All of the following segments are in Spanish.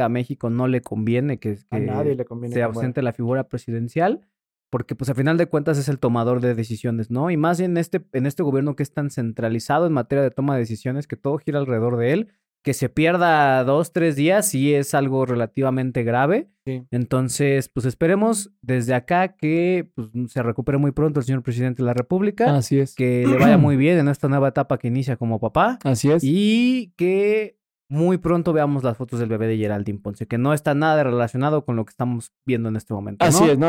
a México no le conviene que, A que nadie le conviene. se que ausente la figura presidencial, porque pues a final de cuentas es el tomador de decisiones, ¿no? Y más en este, en este gobierno que es tan centralizado en materia de toma de decisiones, que todo gira alrededor de él, que se pierda dos, tres días, sí es algo relativamente grave. Sí. Entonces, pues esperemos desde acá que pues, se recupere muy pronto el señor presidente de la Ah, República, Así es. que le vaya muy bien en esta nueva etapa que inicia como papá. Así es. Y que muy pronto veamos las fotos del bebé de Geraldine Ponce, que no está nada relacionado con lo que estamos viendo en este momento. Así ¿no? es, ¿no?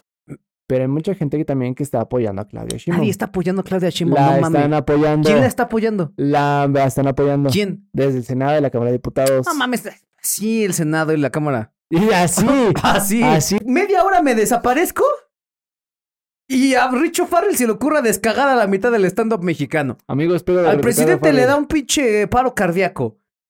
Pero hay mucha gente que también que está apoyando a Claudio Sheinbaum. Nadie está apoyando a Claudia Sheinbaum, La no mames. están apoyando. ¿Quién la está apoyando? La la están apoyando. ¿Quién? Desde el Senado de la Cámara de Diputados. No mames. Sí, el Senado y la Cámara. Y así. Así. Así. Media hora me desaparezco y a Richo Farrell se le ocurra descagar a la mitad del stand-up mexicano. Amigos, pero Al presidente le da un pinche paro cardíaco.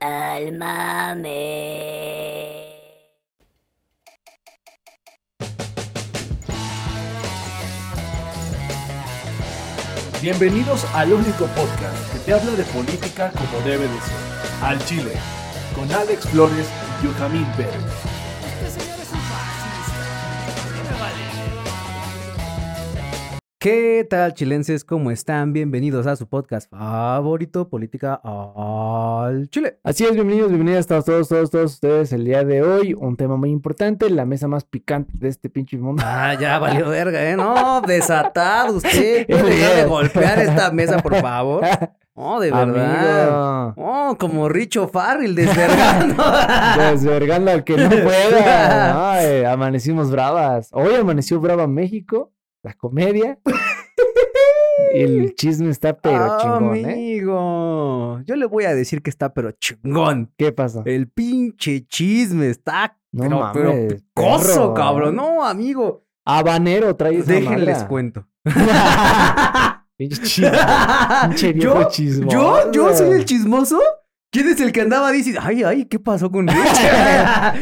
al mame. Bienvenidos al único podcast que te habla de política como debe de ser. Al Chile, con Alex Flores y Yucamín Pérez. ¿Qué tal, chilenses? ¿Cómo están? Bienvenidos a su podcast favorito, Política al Chile. Así es, bienvenidos, bienvenidas todos, todos, todos, todos ustedes. El día de hoy, un tema muy importante, la mesa más picante de este pinche mundo. Ah, ya valió verga, ¿eh? No, desatado usted. Puede dejar de Bien. golpear esta mesa, por favor. No, de verdad. Oh, como Richo Farrell desvergando. Amigo, desvergando al que no pueda. Ay, amanecimos bravas. Hoy amaneció brava México, la comedia. El chisme está pero Ah, chingón, ¿eh? amigo. Yo le voy a decir que está pero chingón. ¿Qué pasa? El pinche chisme está No pero, pero mames, picoso, perro. cabrón. No, amigo. Habanero trae esa Déjenles madre. cuento. Pinche chisme, pinche viejo yo, chismoso. yo, yo soy el chismoso. ¿Quién es el que andaba diciendo, ay, ay, qué pasó con Rich?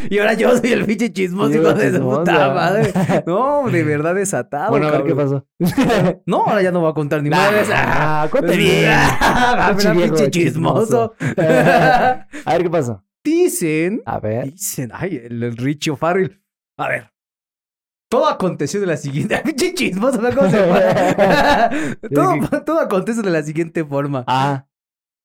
y ahora yo soy el pinche chismoso, Yo hijo de su chismoso. puta madre. No, de verdad desatado. Bueno, a ver qué cabrón. pasó. No, ahora ya no voy a contar ni más. Ah, cuéntame. Ah, Pinche mira, viejo pinche chismoso. A ver qué pasó. Dicen, A ver. dicen, ay, el, el Richie O'Farrell. A ver. Todo aconteció de la siguiente. Pinche chismoso, ¿no? ¿Cómo se llama? todo, todo acontece de la siguiente forma. Ah,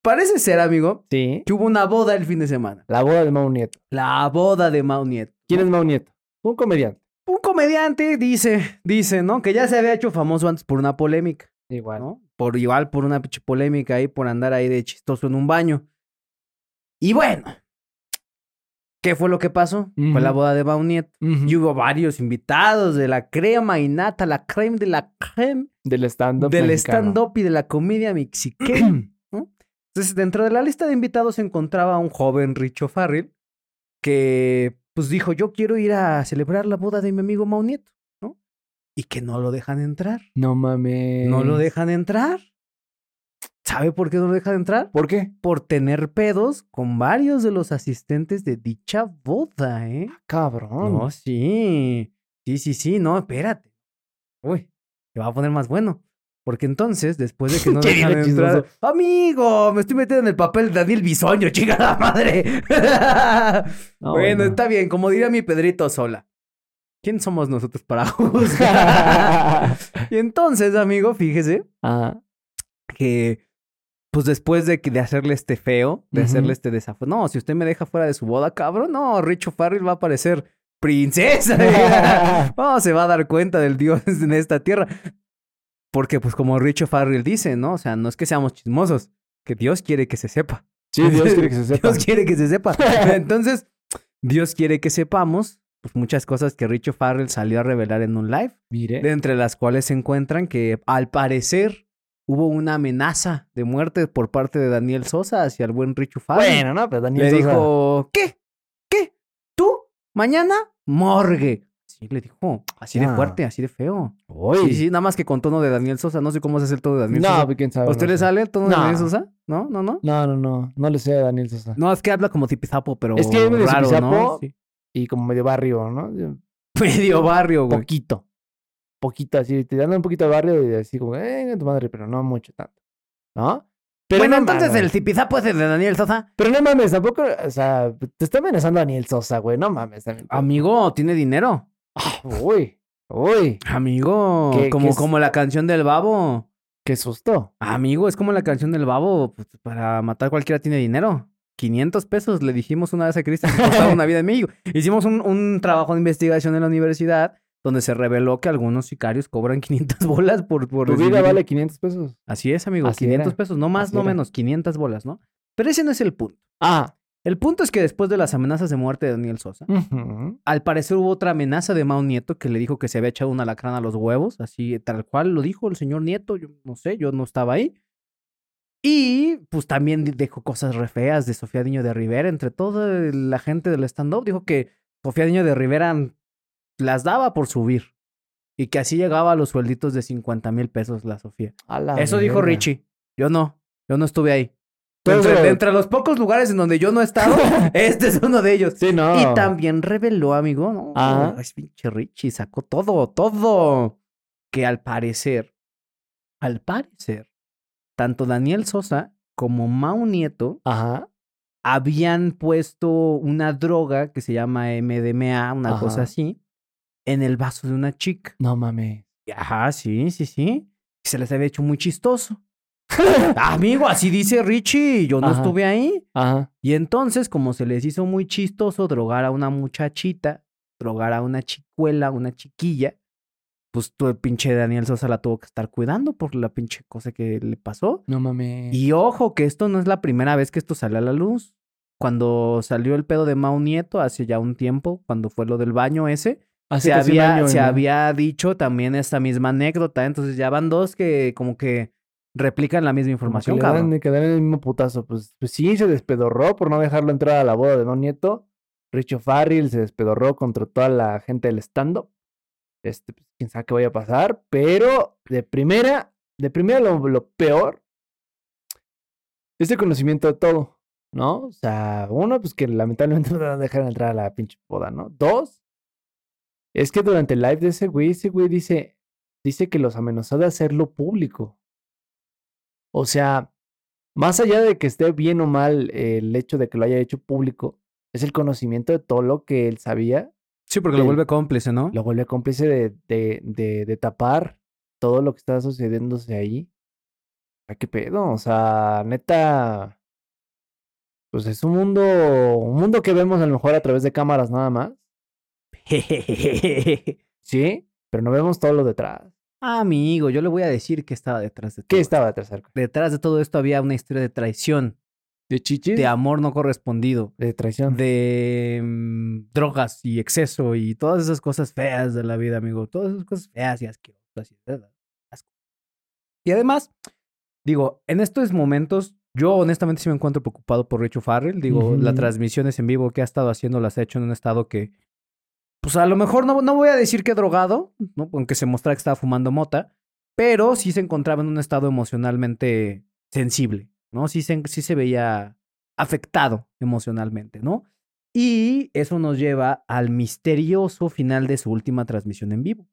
Parece ser, amigo, sí. que hubo una boda el fin de semana. La boda de Mau Nieto. La boda de Mao Nieto. ¿Quién es Mau Nieto? Un comediante. Un comediante dice, dice, ¿no? Que ya se había hecho famoso antes por una polémica. Igual. ¿no? Por igual, por una pinche polémica ahí, por andar ahí de chistoso en un baño. Y bueno, ¿qué fue lo que pasó? Fue la Ujú. boda de Bauniet. Y hubo varios invitados de la crema y nata, la creme de la creme, Del stand-up. del mexicano. stand-up y de la comedia mexiqueña. ¿no? Entonces, dentro de la lista de invitados se encontraba un joven Richo Farrell que, pues, dijo, yo quiero ir a celebrar la boda de mi amigo Mauniet, ¿no? Y que no lo dejan entrar. No mames. No lo dejan entrar. ¿Sabe por qué no lo dejan entrar? ¿Por qué? Por tener pedos con varios de los asistentes de dicha boda, ¿eh? Cabrón. No, sí. Sí, sí, sí, no, espérate. Uy, te va a poner más bueno. Porque entonces, después de que no Qué dejan viejo entrar. Amigo, me estoy metiendo en el papel de Daniel Bisoño, chingada madre. No, bueno, está bien, como diría mi Pedrito Sola. ¿Quién somos nosotros para juzgar? y entonces, amigo, fíjese ah, que pues después de, que- de hacerle este feo, de Ujú. hacerle este desafío, no, si usted me deja fuera de su boda, cabrón, no, Richo Farrell va a parecer princesa. no, se va a dar cuenta del dios en esta tierra. Porque pues como Richo Farrell dice, ¿no? O sea, no es que seamos chismosos, que Dios quiere que se sepa. sí, Dios quiere que se sepa. Dios quiere que se sepa. Entonces, Dios quiere que sepamos pues muchas cosas que Richo Farrell salió a revelar en un live Mire. de entre las cuales se encuentran que al parecer hubo una amenaza de muerte por parte de Daniel Sosa hacia el buen Richo Farrell. Bueno, no, pero Daniel Le Sosa- dijo, ¿qué? ¿Qué? ¿Tú? ¿Mañana? Morgue. Sí, le dijo. Así Ah. de fuerte, así de feo. Uy. Sí, sí, nada más que con tono de Daniel Sosa. No sé cómo se hace el tono de Daniel No, Sosa. pues, quién sabe. ¿A usted no le sé. sale el tono de No. Daniel Sosa? ¿No? ¿No? ¿No? No, no, no. No le sé a Daniel Sosa. No, es que habla como tipizapo, pero Es que hay medio raro, tipizapo. ¿no? Sí. Y como medio barrio, ¿no? Medio barrio, güey. Poquito. Poquito, así. Te dan un poquito de barrio y así como, eh, venga tu madre, pero no mucho tanto. ¿No? Pero bueno, no entonces mames. el tipizapo es el de Daniel Sosa. Pero no mames, tampoco. O sea, te está amenazando Daniel Sosa, güey. No mames. También. Amigo, tiene dinero. Uy. Uy. Amigo, ¿Qué- como, qué es? como la canción del babo. Qué susto. Amigo, es como la canción del babo. pues, para matar cualquiera tiene dinero. 500 pesos, le dijimos una vez a Cristian que costaba una vida en México. Hicimos un, un trabajo de investigación en la universidad donde se reveló que algunos sicarios cobran 500 bolas por... por Tu vida recibir- vale 500 pesos. Así es, amigo, Así 500 era, pesos, no más, así no era. menos, 500 bolas, ¿no? Pero ese no es el punto. Ah. El punto es que después de las amenazas de muerte de Daniel Sosa, ujú. al parecer hubo otra amenaza de Mao Nieto que le dijo que se había echado una lacrana a los huevos, así tal cual lo dijo el señor Nieto, yo no sé, yo no estaba ahí. Y pues también di- dijo cosas re feas de Sofía Niño de Rivera, entre toda la gente del stand-up, dijo que Sofía Niño de Rivera n- las daba por subir y que así llegaba a los suelditos de 50 mil pesos la Sofía. A la Eso dijo mierda. Richie, yo no, yo no estuve ahí. Pero- Entre, de entre los pocos lugares en donde yo no he estado, este es uno de ellos. Sí, no. Y también reveló, amigo, no, Ajá. es pinche Richie, sacó todo, todo. Que al parecer, al parecer, tanto Daniel Sosa como Mau Nieto Ajá. habían puesto una droga que se llama MDMA, una Ajá. cosa así, en el vaso de una chica. No mames. Ajá, sí, sí, sí. Y se les había hecho muy chistoso. amigo, así dice Richie, yo no Ajá. estuve ahí. Ajá. Y entonces, como se les hizo muy chistoso drogar a una muchachita, drogar a una chicuela, una chiquilla, pues todo el pinche Daniel Sosa la tuvo que estar cuidando por la pinche cosa que le pasó. No mames. Y ojo, que esto no es la primera vez que esto sale a la luz. Cuando salió el pedo de Mau Nieto hace ya un tiempo, cuando fue lo del baño ese, Hace se, casi un había, año, se ¿no? había dicho también esta misma anécdota. Entonces ya van dos que como que replican la misma Como que información, le cabrón. dan- Que dan el mismo putazo. Pues, pues sí, se despedorró por no dejarlo entrar a la boda de Don Nieto. Richo Farrell se despedorró contra toda la gente del stand-up. Este, pues, quién sabe qué vaya a pasar. Pero de primera, de primera lo, lo peor es el conocimiento de todo, ¿no? O sea, uno, pues que lamentablemente no van a dejar entrar a la pinche boda, ¿no? Dos, es que durante el live de ese güey, ese güey dice, dice que los amenazó de hacerlo público. O sea, más allá de que esté bien o mal eh, el hecho de que lo haya hecho público, es el conocimiento de todo lo que él sabía, Sí, porque del- lo vuelve cómplice, ¿no? lo vuelve cómplice de, de, de, de tapar todo lo que está sucediéndose ahí. Ay, ¿Qué pedo? O sea, neta, pues es un mundo, un mundo que vemos a lo mejor a través de cámaras nada más, ¿sí? Pero no vemos todo lo detrás. Amigo, yo le voy a decir que estaba detrás de todo. ¿Qué esto. estaba detrás? Arco? Detrás de todo esto había una historia de traición, ¿De chichis? de De, amor no correspondido, traición. de mm, drogas y exceso y todas esas cosas feas de la vida, amigo. Todas esas cosas feas y asquerosas. Y, asco. Y además, digo, en estos momentos, yo honestamente sí me encuentro preocupado por Richo Farrell. Digo, las Ujú. transmisiones en vivo que ha estado haciendo las ha hecho en un estado que, pues a lo mejor no, no voy a decir que drogado, ¿no? aunque se mostrara que estaba fumando mota, pero sí se encontraba en un estado emocionalmente sensible, ¿no? Sí se, sí se veía afectado emocionalmente, ¿no? Y eso nos lleva al misterioso final de su última transmisión en vivo.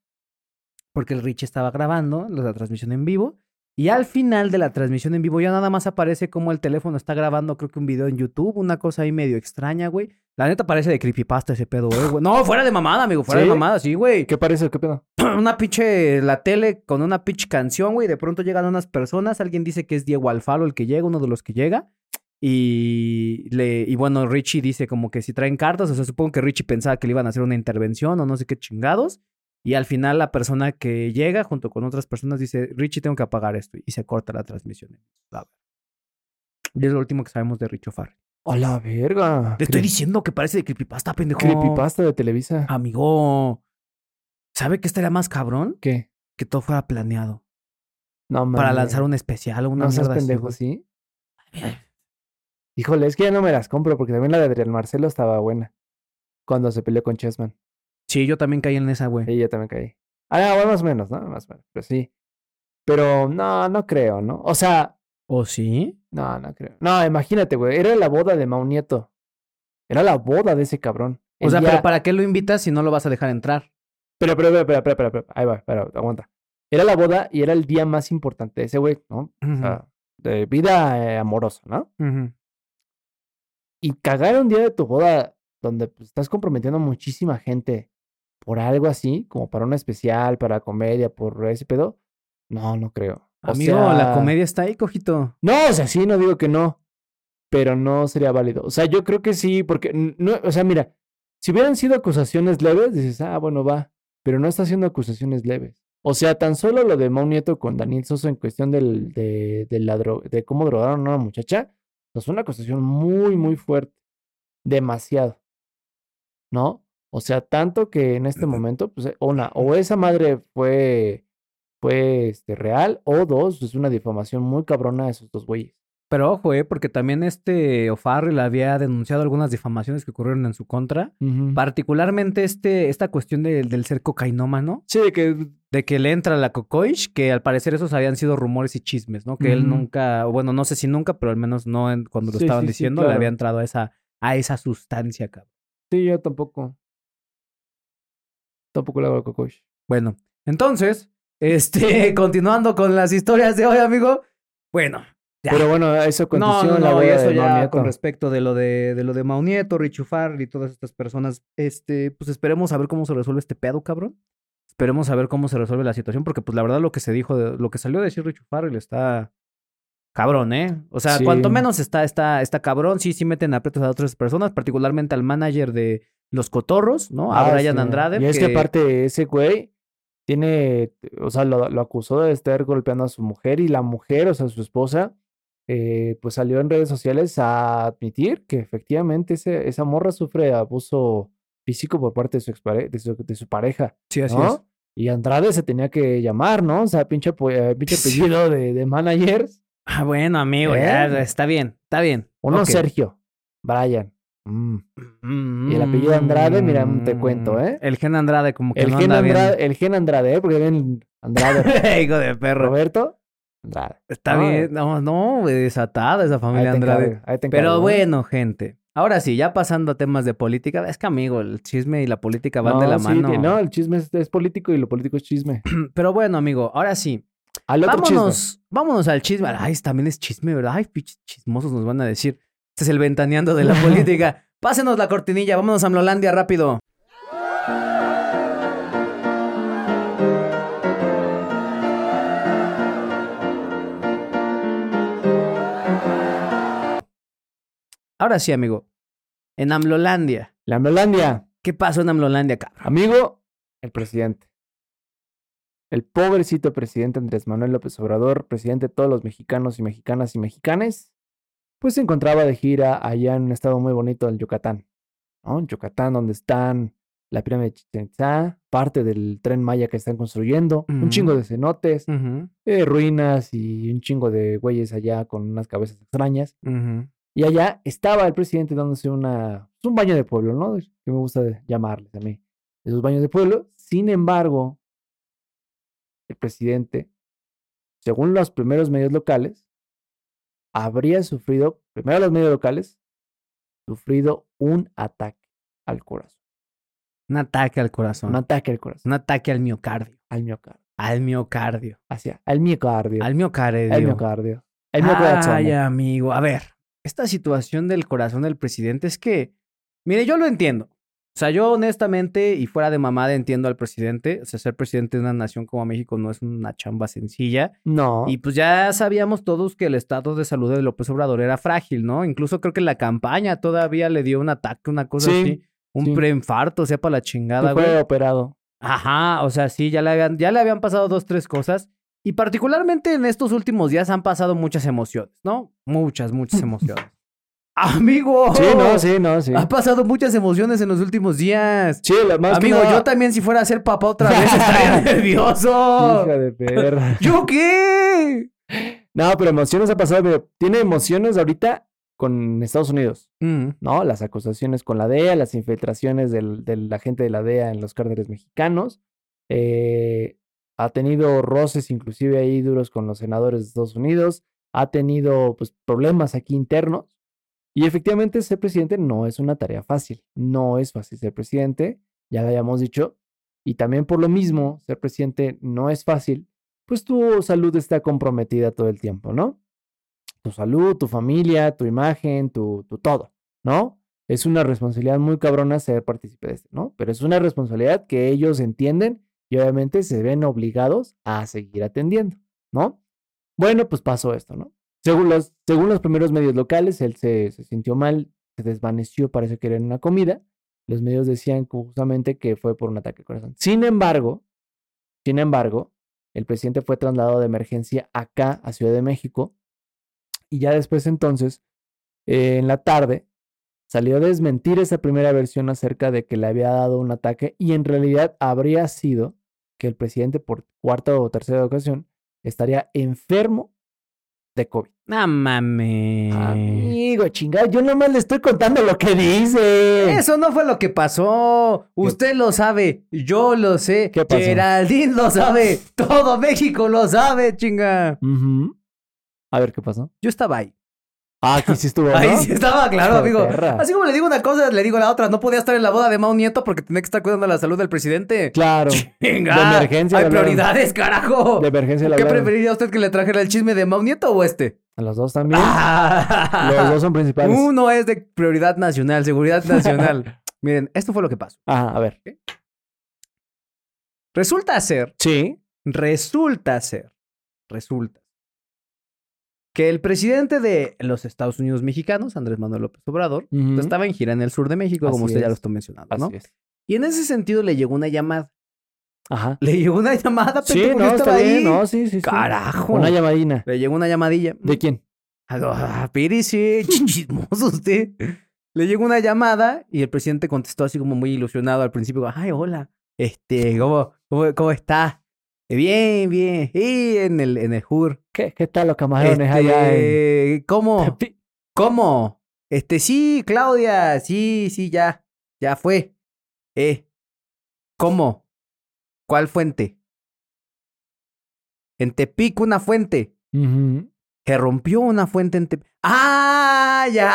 Porque el Rich estaba grabando la transmisión en vivo. Y al final de la transmisión en vivo ya nada más aparece como el teléfono está grabando, creo que un video en YouTube, una cosa ahí medio extraña, güey. La neta parece de creepypasta ese pedo, eh, güey. No, fuera de mamada, amigo, fuera ¿Sí? de mamada, sí, güey. ¿Qué parece? ¿Qué pedo? Una pinche, la tele con una pinche canción, güey. De pronto llegan unas personas, alguien dice que es Diego Alfaro el que llega, uno de los que llega. Y, le, y bueno, Richie dice como que si traen cartas, o sea, supongo que Richie pensaba que le iban a hacer una intervención o no sé qué chingados. Y al final la persona que llega junto con otras personas dice, Richie, tengo que apagar esto. Y se corta la transmisión. Y es lo último que sabemos de Richie Farrell. A la verga. Te estoy Cre- diciendo Ah, que parece de creepypasta, pendejo. Creepypasta de Televisa. Amigo. ¿Sabe qué estaría más cabrón? ¿Qué? Que todo fuera planeado. No mames. para lanzar un especial o una No seas mierda así, pendejo, güey. ¿sí? Híjole, es que ya no me las compro porque también la de Adrián Marcelo estaba buena. Cuando se peleó con Chessman. Sí, yo también caí en esa, güey. Sí, yo también caí. Ah, no, bueno, más o menos, ¿no? Más o menos, pero sí. Pero no, no creo, ¿no? O sea, ¿O sí? no, no creo. No, imagínate, güey. Era la boda de Mau Nieto. Era la boda de ese cabrón. O El sea, día- pero ¿para qué lo invitas si no lo vas a dejar entrar? Pero, pero, pero, pero, pero, pero, pero, ahí va, pero, aguanta. Era la boda y era el día más importante de ese güey, ¿no? O sea, de vida eh, amorosa, ¿no? Ujú. Y cagar un día de tu boda donde pues, estás comprometiendo a muchísima gente por algo así, como para una especial, para comedia, por ese pedo, no, no creo. O Amigo, la sea, comedia está ahí, cojito. No, o sea, sí, no digo que no, pero no sería válido. O sea, yo creo que sí, porque, n- no, o sea, mira, si hubieran sido acusaciones leves, dices, ah, bueno, va, pero no está haciendo acusaciones leves. O sea, tan solo lo de Mau Nieto con Daniel Soso en cuestión del, de, de la dro- de cómo drogaron a una muchacha, pues fue una acusación muy, muy fuerte. Demasiado. ¿No? O sea, tanto que en este momento, pues, eh, una, o esa madre fue, fue este, real, o dos, es una difamación muy cabrona de esos dos güeyes. Pero ojo, eh, porque también este O'Farrell había denunciado algunas difamaciones que ocurrieron en su contra. Particularmente este, esta cuestión del- del ser cocainómano, Sí, que de que le entra la cocoish, que al parecer esos habían sido rumores y chismes, ¿no? Que él Ujú. nunca, o bueno, no sé si nunca, pero al menos no en- cuando lo Sí, estaban sí, sí, diciendo, le claro. había entrado a esa, a esa sustancia, cabrón. sí, yo tampoco. Tampoco le hago el cocosh. Bueno, entonces, este, continuando con las historias de hoy, amigo. Bueno, Ya. Pero bueno, eso no, condiciona no, la no, y boda eso de Mau ya Nieto. con respecto de lo de, de lo de Maunieto, Richufar y todas estas personas, este, pues esperemos a ver cómo se resuelve este pedo, cabrón. Esperemos a ver cómo se resuelve la situación, porque pues la verdad lo que se dijo, de- lo que salió a decir Richie Farrell está cabrón, ¿eh? O sea, Sí. cuanto menos está, está, está cabrón, sí, sí meten aprietos a otras personas, particularmente al manager de los cotorros, ¿no? a Ah, Brian sí. Andrade. Y es que aparte, ese güey tiene, o sea, lo, lo acusó de estar golpeando a su mujer y la mujer, o sea, su esposa, eh, pues salió en redes sociales a admitir que efectivamente ese, esa morra sufre abuso físico por parte de su, expare- de su, de su pareja, sí, así ¿no? es. Y Andrade se tenía que llamar, ¿no? O sea, pinche, apo- eh, pinche apellido de, de managers. Ah, bueno, amigo, ya ¿Eh? está bien, está bien. Uno Ok. Sergio, Brian. Mm. Y el apellido Andrade, mira, te cuento, ¿eh? El gen Andrade, como que El, no gen anda bien. Andrade, el gen Andrade, ¿eh? Porque ven Andrade. Hijo de perro. Roberto Andrade. Está Ah, bien. No, no, güey, desatada esa Ahí familia te Andrade. encargo, ahí te encargo, ¿eh? Pero ¿no? bueno, gente. Ahora sí, ya pasando a temas de política. Es que, amigo, el chisme y la política van de la sí, mano. que- No, el chisme es, es político y lo político es chisme. Pero bueno, amigo, ahora sí. Al otro chisme. Vámonos, vámonos al chisme. Ay, también es chisme, ¿verdad? Ay, pinches chismosos nos van a decir. Este es el ventaneando de la política. Pásenos la cortinilla, vámonos a Amlolandia rápido. Ahora sí, amigo. En Amlolandia. La Melandia, ¿Qué pasó en Amlolandia, cabrón? amigo, el presidente. El pobrecito presidente Andrés Manuel López Obrador, presidente de todos los mexicanos y mexicanas y mexicanes, pues se encontraba de gira allá en un estado muy bonito del Yucatán. ¿no? En Yucatán, donde están la pirámide de Chichén Itzá, parte del tren Maya que están construyendo, Ujú. un chingo de cenotes, eh, ruinas y un chingo de güeyes allá con unas cabezas extrañas. Y allá estaba el presidente dándose una, pues, un baño de pueblo, ¿no? Que me gusta de- llamarles a mí. Esos baños de pueblo. Sin embargo, el presidente, según los primeros medios locales, habría sufrido, primero los medios locales, sufrido un ataque al corazón. Un ataque al corazón. Un ataque al corazón. Un ataque al miocardio. Al miocardio. Al miocardio. Hacia, al miocardio. Al Ah, miocardio. Al miocardio. Al miocardio. Ay, amigo. A ver, esta situación del corazón del presidente es que, mire, yo lo entiendo. O sea, yo honestamente y fuera de mamada entiendo al presidente. O sea, ser presidente de una nación como México no es una chamba sencilla. No. Y pues ya sabíamos todos que el estado de salud de López Obrador era frágil, ¿no? Incluso creo que la campaña todavía le dio un ataque, una cosa Sí, así. Un sí. preinfarto, o sea, para la chingada, que güey. fue operado. Ajá, o sea, sí, ya le habían, ya le habían pasado dos, tres cosas. Y particularmente en estos últimos días han pasado muchas emociones, ¿no? Muchas, muchas emociones. Amigo. Sí, no, sí, no, sí. Ha pasado muchas emociones en los últimos días. Sí, la- más que Amigo, nada- yo también si fuera a ser papá otra vez estaría nervioso. Hija de perra. ¿Yo qué? No, pero emociones ha pasado. mira, tiene emociones ahorita con Estados Unidos, Mm, ¿no? Las acusaciones con la DEA, las infiltraciones del- de la gente de la DEA en los cárteles mexicanos. eh, ha tenido roces inclusive ahí duros con los senadores de Estados Unidos. Ha tenido pues, problemas aquí internos. Y efectivamente ser presidente no es una tarea fácil. No es fácil ser presidente, ya lo habíamos dicho. Y también por lo mismo, ser presidente no es fácil, pues tu salud está comprometida todo el tiempo, ¿no? Tu salud, tu familia, tu imagen, tu, tu todo. ¿no? Es una responsabilidad muy cabrona ser partícipe de este, ¿no? Pero es una responsabilidad que ellos entienden y obviamente se ven obligados a seguir atendiendo, ¿no? Bueno, pues pasó esto, ¿no? Según los, según los primeros medios locales, él se, se sintió mal, se desvaneció, parece que era en una comida. Los medios decían que justamente que fue por un ataque al corazón. Sin embargo, sin embargo, el presidente fue trasladado de emergencia acá, a Ciudad de México, y ya después entonces, eh, en la tarde, salió a desmentir esa primera versión acerca de que le había dado un ataque y en realidad habría sido que el presidente por cuarta o tercera ocasión estaría enfermo de COVID. No mames. Amigo, chingado, yo nomás le estoy contando lo que dice. Eso no fue lo que pasó. Usted lo sabe, yo lo sé. ¿Qué pasó? Geraldine lo sabe. Todo México lo sabe, chinga. Ujú. A ver qué pasó. Yo estaba ahí. Ah, aquí sí estuvo. Ahí ¿no? sí estaba, claro, Hijo de amigo. perra. Así como le digo una cosa, le digo la otra. No podía estar en la boda de Mao Nieto porque tenía que estar cuidando la salud del presidente. Claro. Venga, De emergencia hay le hablaron. prioridades, carajo. De emergencia le ¿Qué hablaron. preferiría usted que le trajera el chisme de Mao Nieto o este? A los dos también. Ah. Los dos son principales. Uno es de prioridad nacional, seguridad nacional. Miren, esto fue lo que pasó. Ajá, a ver. Resulta ser, Sí. resulta ser, resulta que el presidente de los Estados Unidos mexicanos, Andrés Manuel López Obrador, Ujú. estaba en gira en el sur de México, como Así usted ya es. lo está mencionando, Así ¿no? es. Y en ese sentido le llegó una llamada. Ajá. Le llegó una llamada, Sí, pendejo, yo no, está estaba bien. ahí. No, sí, sí. sí. Carajo. Una llamadina. Le llegó una llamadilla. ¿De quién? Ah, Espérese, ch- chismoso usted. Le llegó una llamada y el presidente contestó así como muy ilusionado al principio. Ay, hola. Este, ¿cómo, cómo, cómo estás? "Eh, Bien, bien. Y en el, en el JUR. ¿Qué, qué tal los camarones allá Ah, en Este, ¿Cómo? Tepi- ¿Cómo? Este, sí, Claudia. Sí, sí, ya. Ya fue. Eh. ¿Cómo? ¿Cuál fuente? En Tepic una fuente. Ujú. Se rompió una fuente en Tep- ¡Ah! ¡Ya!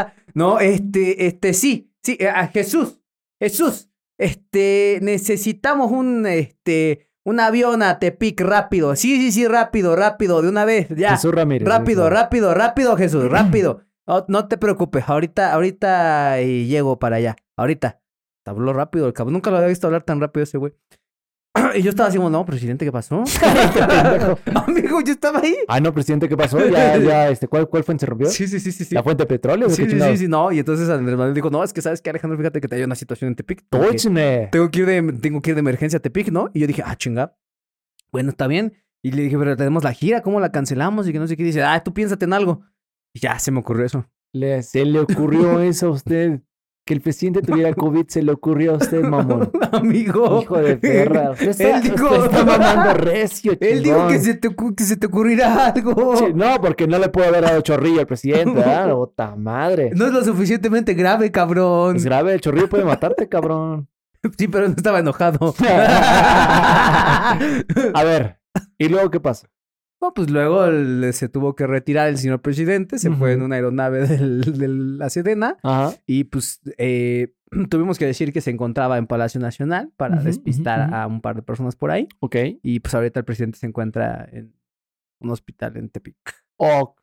ah! No, este, este, sí, sí, eh, a Jesús, Jesús, este, necesitamos un, este, un avión a Tepic rápido. Sí, sí, sí, rápido, rápido, de una vez, ya. Jesús Ramírez. rápido, Jesús. rápido, rápido, Jesús, rápido. No, no te preocupes, ahorita, ahorita y llego para allá, ahorita. Habló rápido el cabrón, nunca lo había visto hablar tan rápido ese güey. Y yo estaba así, como, no, presidente, ¿qué pasó? Este Pendejo. Amigo, yo estaba ahí. Ah, no, presidente, ¿qué pasó? Ya, ya, este, ¿cuál, cuál fuente se rompió? Sí, sí, sí, sí, sí. ¿La fuente de petróleo? Sí, sí, sí, sí, no. Y entonces Andrés Manuel dijo, no, es que sabes que Alejandro, fíjate que te hay una situación en Tepic. porque Tengo que, ir de, tengo que ir de emergencia a Tepic, ¿no? Y yo dije, ah, chinga. Bueno, está bien. Y le dije, pero tenemos la gira, ¿cómo la cancelamos? Y que no sé qué. Y dice, ah, tú piénsate en algo. Y ya se me ocurrió eso. Le, se le ocurrió eso a usted. Que el presidente tuviera COVID, se le ocurrió a usted, mamón. Amigo. Hijo de perra. Usted está, Él dijo- usted está mamando recio, chingón. Él dijo que se, te, ocu- que se te ocurrirá algo. Sí, no, porque no le puedo haber dado chorrillo al presidente, ¿verdad? ¡Bota madre! No es lo suficientemente grave, cabrón. Es grave, el chorrillo puede matarte, cabrón. Sí, pero no estaba enojado. A ver, ¿y luego qué pasa? No, pues luego el- se tuvo que retirar el señor presidente, se fue en Ujú. una aeronave del- de la Sedena Ajá. y pues eh, tuvimos que decir que se encontraba en Palacio Nacional para Ujú, despistar ujú, ujú. a un par de personas por ahí Ok. y pues ahorita el presidente se encuentra en un hospital en Tepic. Ok.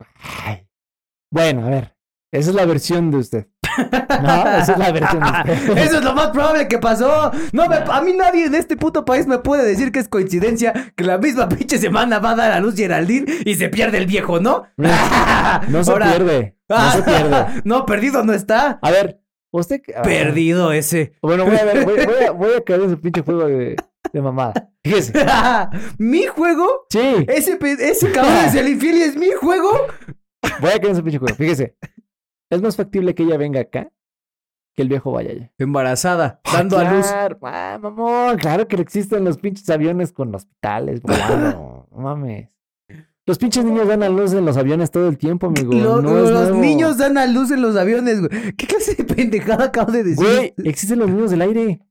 Bueno, a ver. Esa es la versión de usted. No, esa es la versión de usted. Eso es lo más probable que pasó. No me- a mí nadie en este puto país me puede decir que es coincidencia que la misma pinche semana va a dar a luz Geraldine y se pierde el viejo, ¿no? No se Ahora- pierde. No se pierde. no, perdido no está. A ver, usted. Ah. que- a ver, Perdido ese. Bueno, voy a ver, voy, voy a, voy a caer en su pinche juego de, de mamada. Fíjese. ¿Mi juego? Sí, ¿Ese, pe- ese cabrón es el infiel y es mi juego? voy a caer en su pinche juego. Fíjese. Es más factible que ella venga acá que el viejo vaya allá. Embarazada, dando a luz. Claro, ah, mamón, claro que existen los pinches aviones con hospitales, volando, no mames. Los pinches niños dan a luz en los aviones todo el tiempo, amigo. Lo- no los es nuevo. niños dan a luz en los aviones, güey. ¿Qué clase de pendejada acabo de decir? Güey, e-, existen los niños del aire.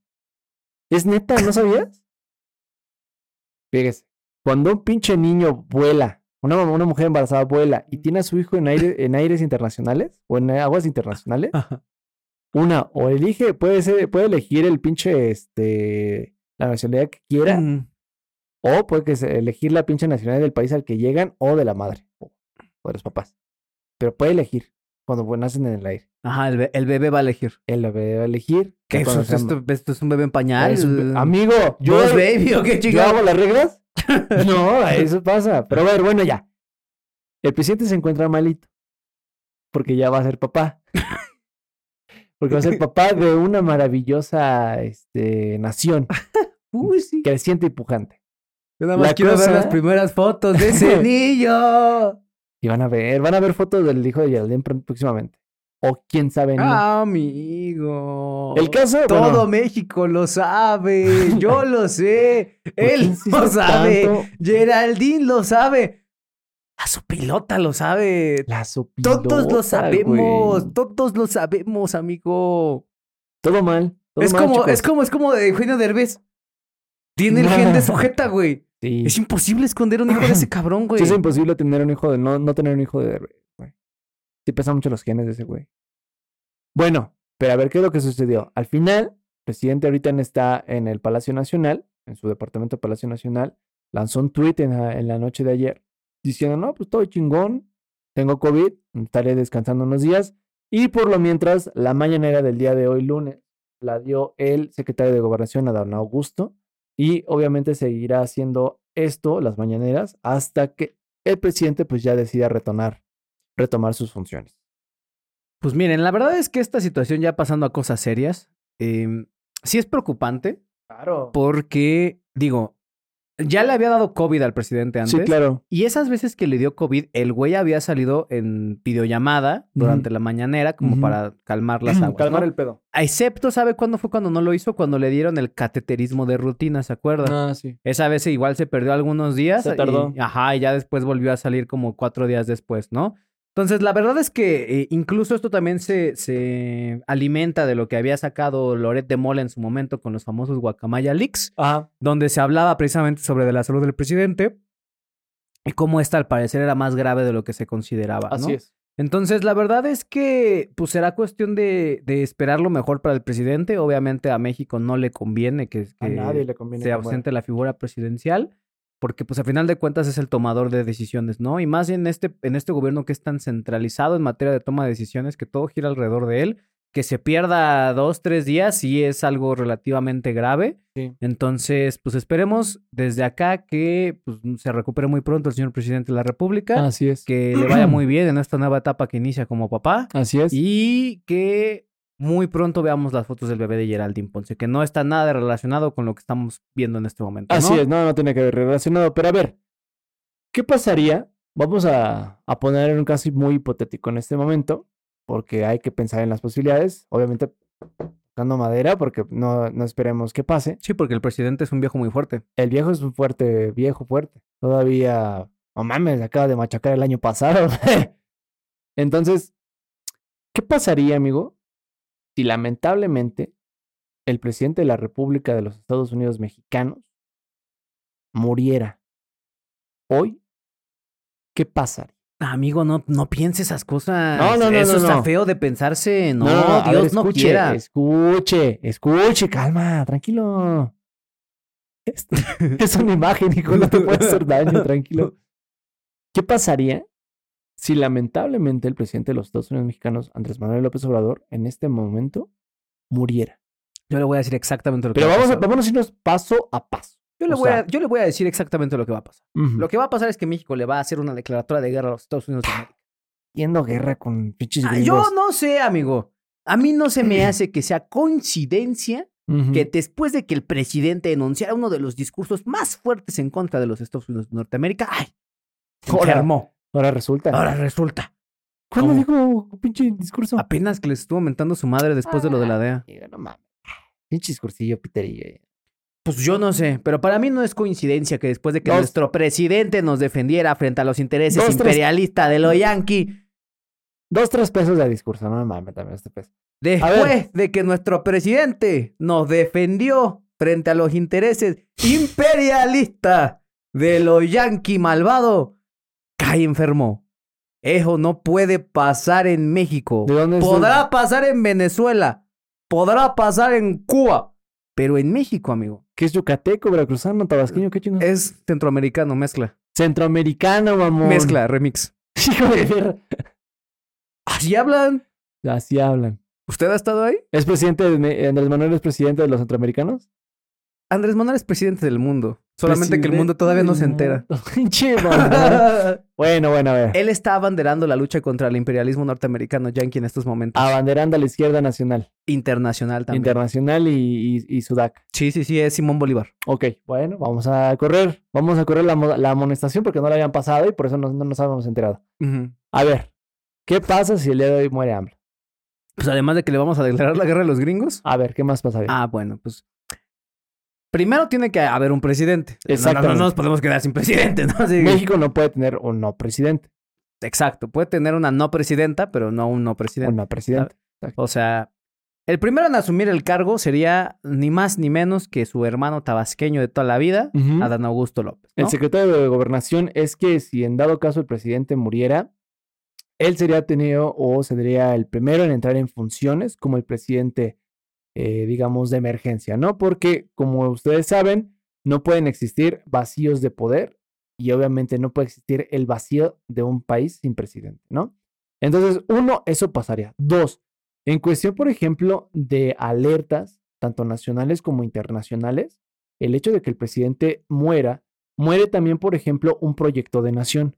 Es neta, ¿no sabías? Fíjese, cuando un pinche niño vuela, una, mam- una mujer embarazada vuela y tiene a su hijo en, aire, en aires internacionales o en aguas internacionales, Ajá. una o elige, puede ser, puede elegir el pinche, este, la nacionalidad que quiera, Mm. o puede que se- elegir la pinche nacionalidad del país al que llegan o de la madre o, o de los papás. Pero puede elegir cuando pues, nacen en el aire. Ajá, el, be- el bebé va a elegir. Él lo va a elegir. ¿Qué ya es cuando esto? sean- Esto, esto es un bebé en pañal. Es eh, un- Amigo, yo, ¿Boss baby o qué ¿yo chingado? hago las reglas. No, eso pasa. Pero a ver, bueno, ya. El presidente se encuentra malito. Porque ya va a ser papá. Porque va a ser papá de una maravillosa este, nación Uy, sí. creciente y pujante. Yo nada más La quiero ver cosa- las primeras fotos de ese niño. Y van a ver, van a ver fotos del hijo de Geraldine pr- próximamente. O quién sabe. no. Ah, Amigo. El caso. Todo bueno, México lo sabe. Yo lo sé. ¿por qué Él insiste lo sabe. tanto? Geraldine lo sabe. A su pilota lo sabe. La sopilota, Todos lo güey. sabemos. Todos lo sabemos, amigo. Todo mal. todo Es mal, como, chicos. es como, es como de Eugenio Derbez. Tiene el gen de sujeta, güey. Sí. Es imposible esconder un hijo de ese cabrón, güey. Sí, es imposible tener un hijo de no, no tener un hijo de Derbez, güey. Sí pesan mucho los genes de ese güey. Bueno, pero a ver qué es lo que sucedió. Al final, el presidente ahorita en- está en el Palacio Nacional, en su departamento de Palacio Nacional, lanzó un tweet en la, en la noche de ayer diciendo, no, pues todo chingón, tengo COVID, estaré descansando unos días. Y por lo mientras, la mañanera del día de hoy, lunes, la dio el secretario de Gobernación, Adán Augusto, y obviamente seguirá haciendo esto, las mañaneras, hasta que el presidente pues ya decida retomar, retomar sus funciones. Pues miren, la verdad es que esta situación ya pasando a cosas serias, em, sí es preocupante Claro. porque, digo, ya le había dado COVID al presidente antes. Sí, claro. Y esas veces que le dio COVID, el güey había salido en videollamada durante la mañanera como Ujú. para calmar las aguas. Calmar ¿no? el pedo. Excepto, ¿sabe cuándo fue cuando no lo hizo? Cuando le dieron el cateterismo de rutina, ¿se acuerda? Ah, sí. Esa vez igual se perdió algunos días. Se y- tardó. ajá, y ya después volvió a salir como cuatro días después, ¿no? Entonces, la verdad es que eh, incluso esto también se, se alimenta de lo que había sacado Loret de Mola en su momento con los famosos Guacamaya Leaks, Ajá. donde se hablaba precisamente sobre de la salud del presidente y cómo esta al parecer era más grave de lo que se consideraba, Así ¿no? es. Entonces, la verdad es que pues será cuestión de, de esperar lo mejor para el presidente. Obviamente a México no le conviene que, A que- nadie le conviene. sea que muera. ausente la figura presidencial, porque pues a final de cuentas es el tomador de decisiones, ¿no? Y más en este, en este gobierno que es tan centralizado en materia de toma de decisiones, que todo gira alrededor de él, que se pierda dos, tres días, sí es algo relativamente grave. Sí. Entonces, pues esperemos desde acá que pues, se recupere muy pronto el señor presidente de la República, Así es. que le vaya muy bien en esta nueva etapa que inicia como papá. Así Pues es. Y que muy pronto veamos las fotos del bebé de Geraldine Ponce, que no está nada relacionado con lo que estamos viendo en este momento. Así ¿no? es. No, no tiene que ver relacionado. Pero a ver, ¿qué pasaría? Vamos a, a poner un caso muy hipotético en este momento, porque hay que pensar en las posibilidades. Obviamente, tocando madera, porque no, no esperemos que pase. Sí, porque el presidente es un viejo muy fuerte. El viejo es un fuerte, viejo fuerte. Todavía, no mames, acaba de machacar el año pasado. Entonces, ¿qué pasaría, amigo, si lamentablemente el presidente de la República de los Estados Unidos mexicanos muriera hoy? ¿Qué pasaría? Amigo, no, no piense esas cosas. No, no, no, Eso no, está no. feo de pensarse. No, a ver, Dios no escuche, quiera. Escuche, escuche, calma, tranquilo. Es, es una imagen, hijo, no te puede hacer daño, tranquilo. ¿Qué pasaría si lamentablemente el presidente de los Estados Unidos mexicanos, Andrés Manuel López Obrador, en este momento muriera? Yo le voy a decir exactamente lo que Pero va vamos a, pasar. vámonos a irnos paso a paso. Yo le, o voy a, sea- yo le voy a decir exactamente lo que va a pasar. Lo que va a pasar es que México le va a hacer una declaratoria de guerra a los Estados Unidos de América. Yendo guerra con pinches Ah, gringos. yo no sé, amigo. A mí no se me hace que sea coincidencia Ujú. que después de que el presidente enunciara uno de los discursos más fuertes en contra de los Estados Unidos de Norteamérica, ¡ay! Se Ahora, enfermó. Ahora resulta. Ahora resulta. ¿Cuándo ¿cómo? dijo pinche discurso? Apenas que le estuvo mentando su madre después de lo de la DEA. Digo, no mames. Pinche discursillo, Peterillo. eh. Pues yo no sé, pero para mí no es coincidencia que después de que Dos. nuestro presidente nos defendiera frente a los intereses Dos, tres. imperialistas de los yanqui, Dos, tres pesos de discurso, no me mames también este peso. después de que nuestro presidente nos defendió frente a los intereses imperialistas de los yanqui malvado, cae enfermo. Eso no puede pasar en México. ¿De dónde es Podrá pasar en Venezuela, podrá pasar en Cuba, pero en México, amigo, ¿Qué es yucateco, veracruzano, tabasqueño? ¿Qué chingo? es centroamericano, mezcla. Centroamericano, mamón. Mezcla, remix. Hijo de verga. Así hablan. Así hablan. ¿Usted ha estado ahí? ¿Es presidente de Me- Andrés Manuel es presidente de los centroamericanos? Andrés Manuel es presidente del mundo. Solamente que el mundo Presidente todavía no se del entera. Eh. mundo. Pinche mamón. bueno, bueno, a ver. Él está abanderando la lucha contra el imperialismo norteamericano yankee en estos momentos. Abanderando a la izquierda nacional, Internacional también. internacional y, y, y Sudac. sí, sí, sí, es Simón Bolívar. Ok, bueno, vamos a correr. Vamos a correr la, mo- la amonestación porque no la habían pasado y por eso no, no nos habíamos enterado. Ujú. A ver, ¿qué pasa si el día de hoy muere hambre? Pues además de que le vamos a declarar la guerra a los gringos. A ver, ¿qué más pasa? Ah, bueno, pues. Primero tiene que haber un presidente. No, No, no, Exactamente. nos podemos quedar sin presidente, ¿no? Así- México no puede tener un no presidente, Exacto. Puede tener una no presidenta, pero no un no presidente. una presidenta. O sea, el primero en asumir el cargo sería ni más ni menos que su hermano tabasqueño de toda la vida, Ujú. Adán Augusto López. ¿no? El secretario de Gobernación es que si en dado caso el presidente muriera, él sería tenido o sería el primero en entrar en funciones como el presidente, eh, digamos, de emergencia, ¿no? Porque, como ustedes saben, no pueden existir vacíos de poder y obviamente no puede existir el vacío de un país sin presidente, ¿no? Entonces, uno, eso pasaría. Dos, en cuestión, por ejemplo, de alertas, tanto nacionales como internacionales, el hecho de que el presidente muera muere también, por ejemplo, un proyecto de nación.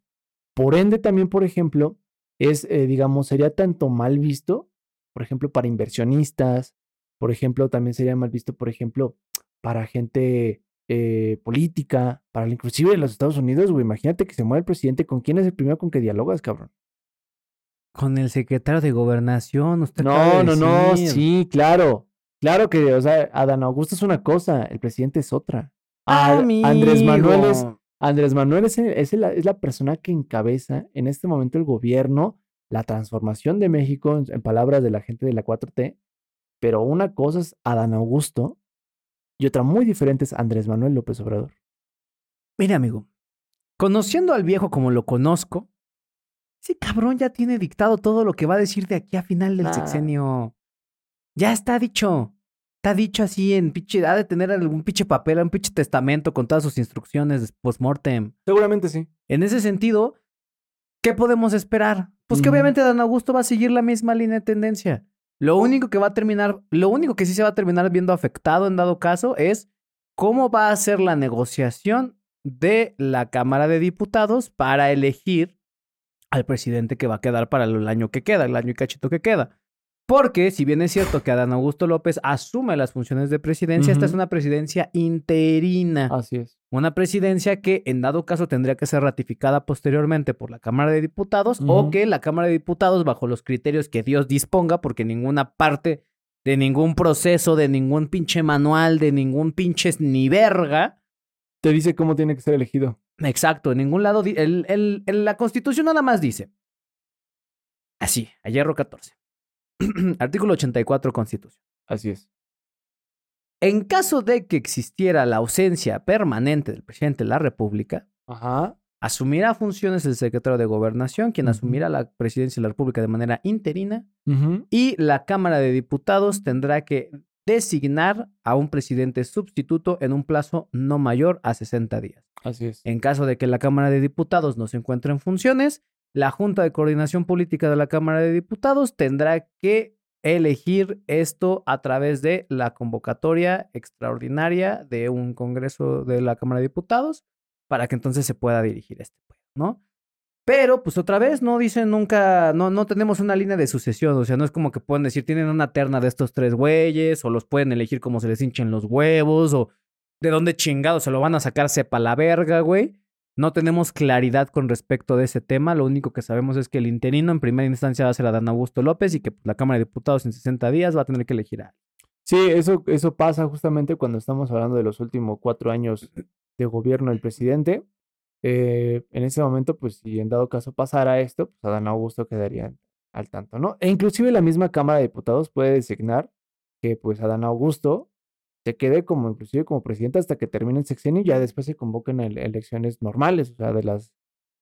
Por ende, también, por ejemplo, es, eh, digamos, sería tanto mal visto, por ejemplo, para inversionistas, por ejemplo, también sería mal visto, por ejemplo, para gente eh, política, para el- inclusive de los Estados Unidos, güey, imagínate que se muere el presidente, ¿con quién es el primero con que dialogas, cabrón? Con el secretario de gobernación, usted acaba No, de no, no, decir. sí, claro, claro que, o sea, Adán Augusto es una cosa, el presidente es otra. Ah, A- Andrés Manuel es Amigo. Andrés Manuel es, el- es el- es la persona que encabeza en este momento el gobierno, la transformación de México, en, en palabras de la gente de la 4T, pero una cosa es Adán Augusto y otra muy diferente es Andrés Manuel López Obrador. Mira, amigo, conociendo al viejo como lo conozco, ese cabrón ya tiene dictado todo lo que va a decir de aquí a final del Nah. sexenio. Ya está dicho. Está dicho así en pinche. Ha de tener algún pinche papel, un pinche testamento con todas sus instrucciones post-mortem. Seguramente sí. En ese sentido, ¿qué podemos esperar? Pues que Ujú. obviamente Dan Augusto va a seguir la misma línea de tendencia. Lo único que va a terminar, lo único que sí se va a terminar viendo afectado en dado caso es cómo va a ser la negociación de la Cámara de Diputados para elegir al presidente que va a quedar para el año que queda, el año y cachito que queda. Porque si bien es cierto que Adán Augusto López asume las funciones de presidencia, esta es Ujú. una presidencia interina. Así es. Una presidencia que en dado caso tendría que ser ratificada posteriormente por la Cámara de Diputados o Ujú. que la Cámara de Diputados, bajo los criterios que Dios disponga, porque ninguna parte de ningún proceso, de ningún pinche manual, de ningún pinches ni verga, Te dice cómo tiene que ser elegido. exacto, en ningún lado, di- el- el- el- la Constitución nada más dice, así, a hierro 14, artículo 84 Constitución. Así es. En caso de que existiera la ausencia permanente del presidente de la República, Ajá. Asumirá funciones el secretario de Gobernación, quien Ujú. asumirá la presidencia de la República de manera interina, y la Cámara de Diputados tendrá que designar a un presidente sustituto en un plazo no mayor a 60 días. Así es. En caso de que la Cámara de Diputados no se encuentre en funciones, la Junta de Coordinación Política de la Cámara de Diputados tendrá que elegir esto a través de la convocatoria extraordinaria de un Congreso de la Cámara de Diputados para que entonces se pueda dirigir este pueblo, ¿no? Pero, pues otra vez, no dicen nunca, no, no tenemos una línea de sucesión, o sea, no es como que pueden decir, tienen una terna de estos tres güeyes, o los pueden elegir como se les hinchen los huevos, o de dónde chingados se lo van a sacar sepa la verga, güey. No tenemos claridad con respecto de ese tema. Lo único que sabemos es que el interino en primera instancia va a ser Adán Augusto López y que pues, la Cámara de Diputados en 60 días va a tener que elegir a. Sí, eso, eso pasa justamente cuando estamos hablando de los últimos cuatro años de gobierno del presidente. Eh, en ese momento, pues si en dado caso pasara esto, pues Adán Augusto quedaría al tanto, ¿no? E inclusive la misma Cámara de Diputados puede designar que pues Adán Augusto se quede como inclusive como presidente hasta que termine el sexenio y ya después se convoquen ele- elecciones normales, o sea, de las...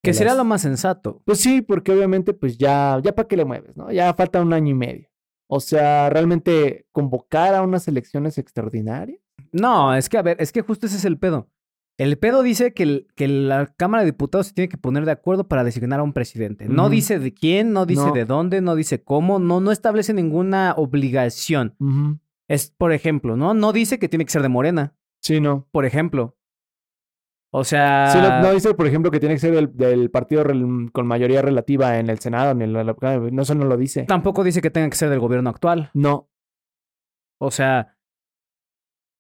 Que de sería las- lo más sensato. Pues sí, porque obviamente pues ya, ya para qué le mueves, ¿no? Ya falta un año y medio. O sea, realmente convocar a unas elecciones extraordinarias. No, es que a ver, es que justo ese es el pedo. El pedo dice que, el- que la Cámara de Diputados se tiene que poner de acuerdo para designar a un presidente. No Ujú. dice de quién, no dice No. de dónde, no dice cómo, no, no establece ninguna obligación. Es, por ejemplo, ¿no? No dice que tiene que ser de Morena, Sí, no. por ejemplo. O sea. Sí, no, no dice, por ejemplo, que tiene que ser del, del partido rel- con mayoría relativa en el Senado, ni en la- la- no, eso no lo dice. Tampoco dice que tenga que ser del gobierno actual. No, O sea.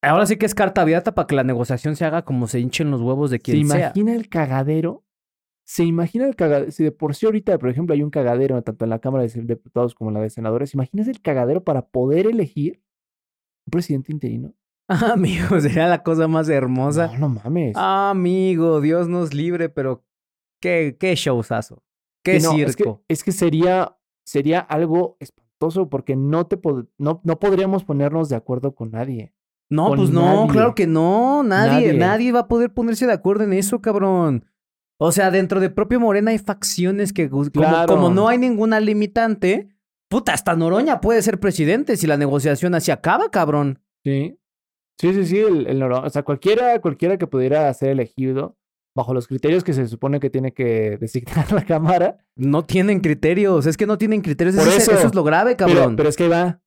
Ahora sí que es carta abierta para que la negociación se haga como se hinchen los huevos de ¿se quien sea. imagina el cagadero? ¿Se imagina el cagadero? Si de por sí ahorita, por ejemplo, hay un cagadero tanto en la Cámara de Diputados como en la de Senadores, ¿imaginas el cagadero para poder elegir un presidente interino? Ah, Amigo, sería la cosa más hermosa. no, pues. no mames. Amigo, Dios nos libre, pero qué, qué showzazo. Qué Sí, no, es que- circo. Es que, sería, sería algo espantoso porque no, te pod- no, no podríamos ponernos de acuerdo con nadie. No, con pues no, nadie. claro que no. Nadie, Nadie. nadie, va a poder ponerse de acuerdo en eso, cabrón. O sea, dentro de propio Morena hay facciones que, gu- como, Claro. como no hay ninguna limitante, puta, hasta Noroña puede ser presidente si la negociación así acaba, cabrón. Sí. Sí, sí, sí, el, el Noroña. O sea, cualquiera, cualquiera que pudiera ser elegido bajo los criterios que se supone que tiene que designar la Cámara. No tienen criterios, es que no tienen criterios. Por Eso, es- eso. eso es lo grave, Pero, cabrón. pero es que ahí va.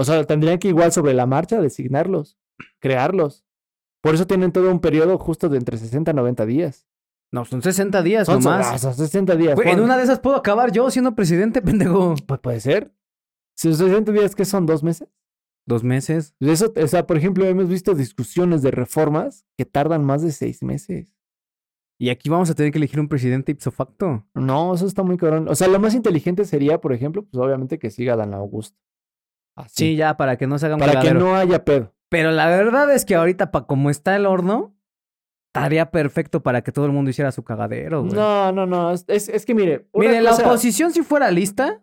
O sea, tendrían que igual sobre la marcha designarlos, crearlos. Por eso tienen todo un periodo justo de entre 60 a 90 días. No, son 60 días Son so- ah, nomás. son 60 días. Güey, en Juan. una de esas puedo acabar yo siendo presidente, pendejo. Pues puede ser. Si los 60 días que son dos meses. Dos meses. De Eso, o sea, por ejemplo, hemos visto discusiones de reformas que tardan más de seis meses. Y aquí vamos a tener que elegir un presidente ipso facto. No, eso está muy cabrón. O sea, lo más inteligente sería, por ejemplo, pues obviamente que siga Dan Augusto. Sí, Así. ya, para que no se haga un para que cagadero. no haya pedo. Pero la verdad es que ahorita, pa como está el horno, estaría perfecto para que todo el mundo hiciera su cagadero, Oh, güey. No, no, no. Es, es- es que mire. una Mire, cosa- la oposición si fuera lista,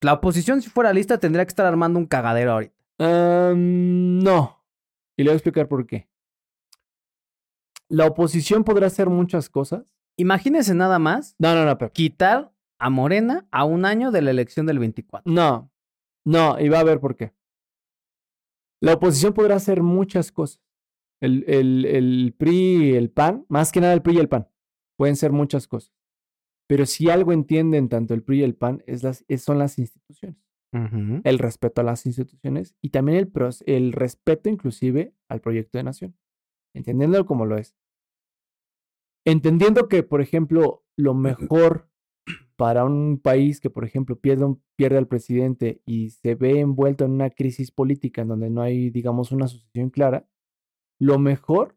la oposición si fuera lista tendría que estar armando un cagadero ahorita. Ah, no. Y le voy a explicar por qué. La oposición podrá hacer muchas cosas. Imagínense nada más No, no, no, pero. quitar a Morena a un año de la elección del 24. No, no, y va a ver por qué. La oposición podrá hacer muchas cosas. El, el, el PRI y el PAN, más que nada el PRI y el PAN, pueden ser muchas cosas. Pero si algo entienden tanto el PRI y el PAN es las, es- son las instituciones, el respeto a las instituciones y también el, pros- el respeto inclusive al proyecto de nación, entendiéndolo como lo es. Entendiendo que, por ejemplo, lo mejor para un país que, por ejemplo, pierde, un- pierde al presidente y se ve envuelto en una crisis política en donde no hay, digamos, una sucesión clara, lo mejor,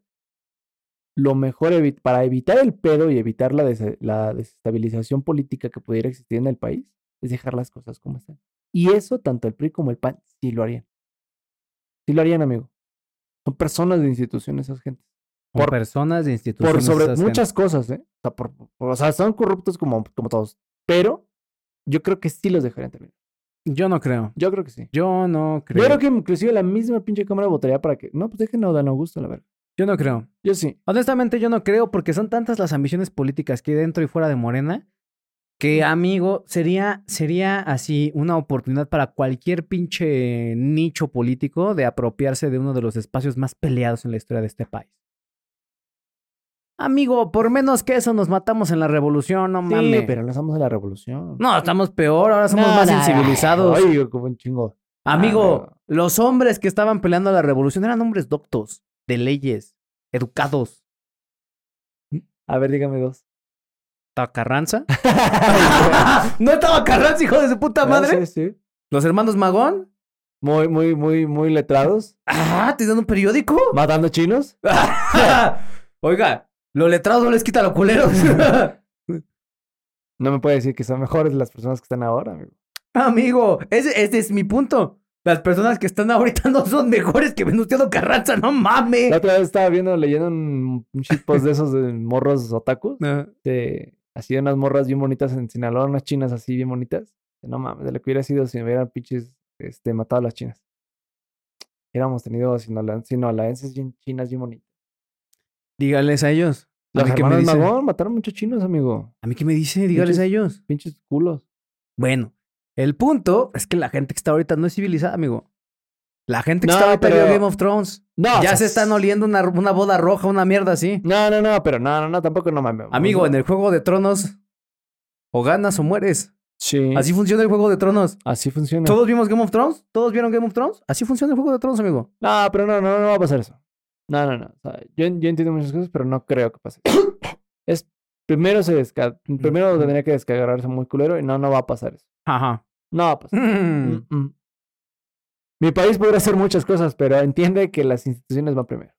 lo mejor evi- para evitar el pedo y evitar la, des- la desestabilización política que pudiera existir en el país, es dejar las cosas como están. Y eso, tanto el PRI como el PAN, sí lo harían. Sí lo harían, amigo. Son personas de instituciones esas gentes. Por Por- personas de instituciones. Por sobre esas muchas cosas, ¿eh? O sea, por- por- o sea, son corruptos como, como todos. Pero yo creo que sí los dejarían terminar. gente. Yo no creo. Yo creo que sí. Yo no creo. Yo creo que inclusive la misma pinche cámara votaría para que. No, pues dejen a Dan Augusto, la verdad. Yo no creo. Yo sí. Honestamente, yo no creo porque son tantas las ambiciones políticas que hay dentro y fuera de Morena que, amigo, sería, sería así una oportunidad para cualquier pinche nicho político de apropiarse de uno de los espacios más peleados en la historia de este país. Amigo, por menos que eso nos matamos en la revolución, no mames. Sí, pero no estamos en la revolución. No, estamos peor, ahora somos No, más no, no. sensibilizados. Ay, como un chingo. Amigo, Ah, los hombres que estaban peleando la revolución eran hombres doctos, de leyes, educados. A ver, dígame dos. ¿Estaba Carranza? ¿No estaba Carranza, hijo de su puta madre? Sí, sí. ¿Los hermanos Magón? Muy, muy, muy, muy letrados. Ah, ¿te dan un periódico? Matando chinos. Oiga, los letrados no les quita los culeros. No me puede decir que son mejores las personas que están ahora, amigo. Amigo, ese, ese es mi punto. Las personas que están ahorita no son mejores que Venustiano Carranza, no mames. La otra vez estaba viendo, leyendo un, un shitpost de esos de morros otaku. Ah, de- así de unas morras bien bonitas en Sinaloa, unas chinas así bien bonitas. No mames, de lo que hubiera sido si me hubieran pinches este, matado a las chinas. Hubiéramos tenido sinala- sinaloenses bien chinas, bien bonitas. Díganles a ellos. A Los mí qué me hermanos dice. Magón mataron muchos chinos, amigo. A mí qué me dice, díganles a ellos. Pinches culos. Bueno, el punto es que la gente que está ahorita no es civilizada, amigo. La gente que No, está ahorita pero- vio Game of Thrones. No, o ya sea, se están oliendo una, una boda roja, una mierda así. No, no, no, pero no, no, no, tampoco no mames. Amigo, en el Juego de Tronos, o ganas o mueres. Sí. Así, Así funciona el Juego de Tronos. funciona. ¿Todos vimos Game of Thrones? ¿Todos vieron Game of Thrones? Así funciona el Juego de Tronos, amigo. No, pero no, no, no va a pasar eso. No, no, no. O sea, yo, en- yo entiendo muchas cosas, pero no creo que pase. eso. es primero se desca... primero tendría que descargarse muy culero y no, no va a pasar eso. Ajá. No va a Mm. pasar. Mm-mm. Mi país podrá hacer muchas cosas, pero entiende que las instituciones van primero.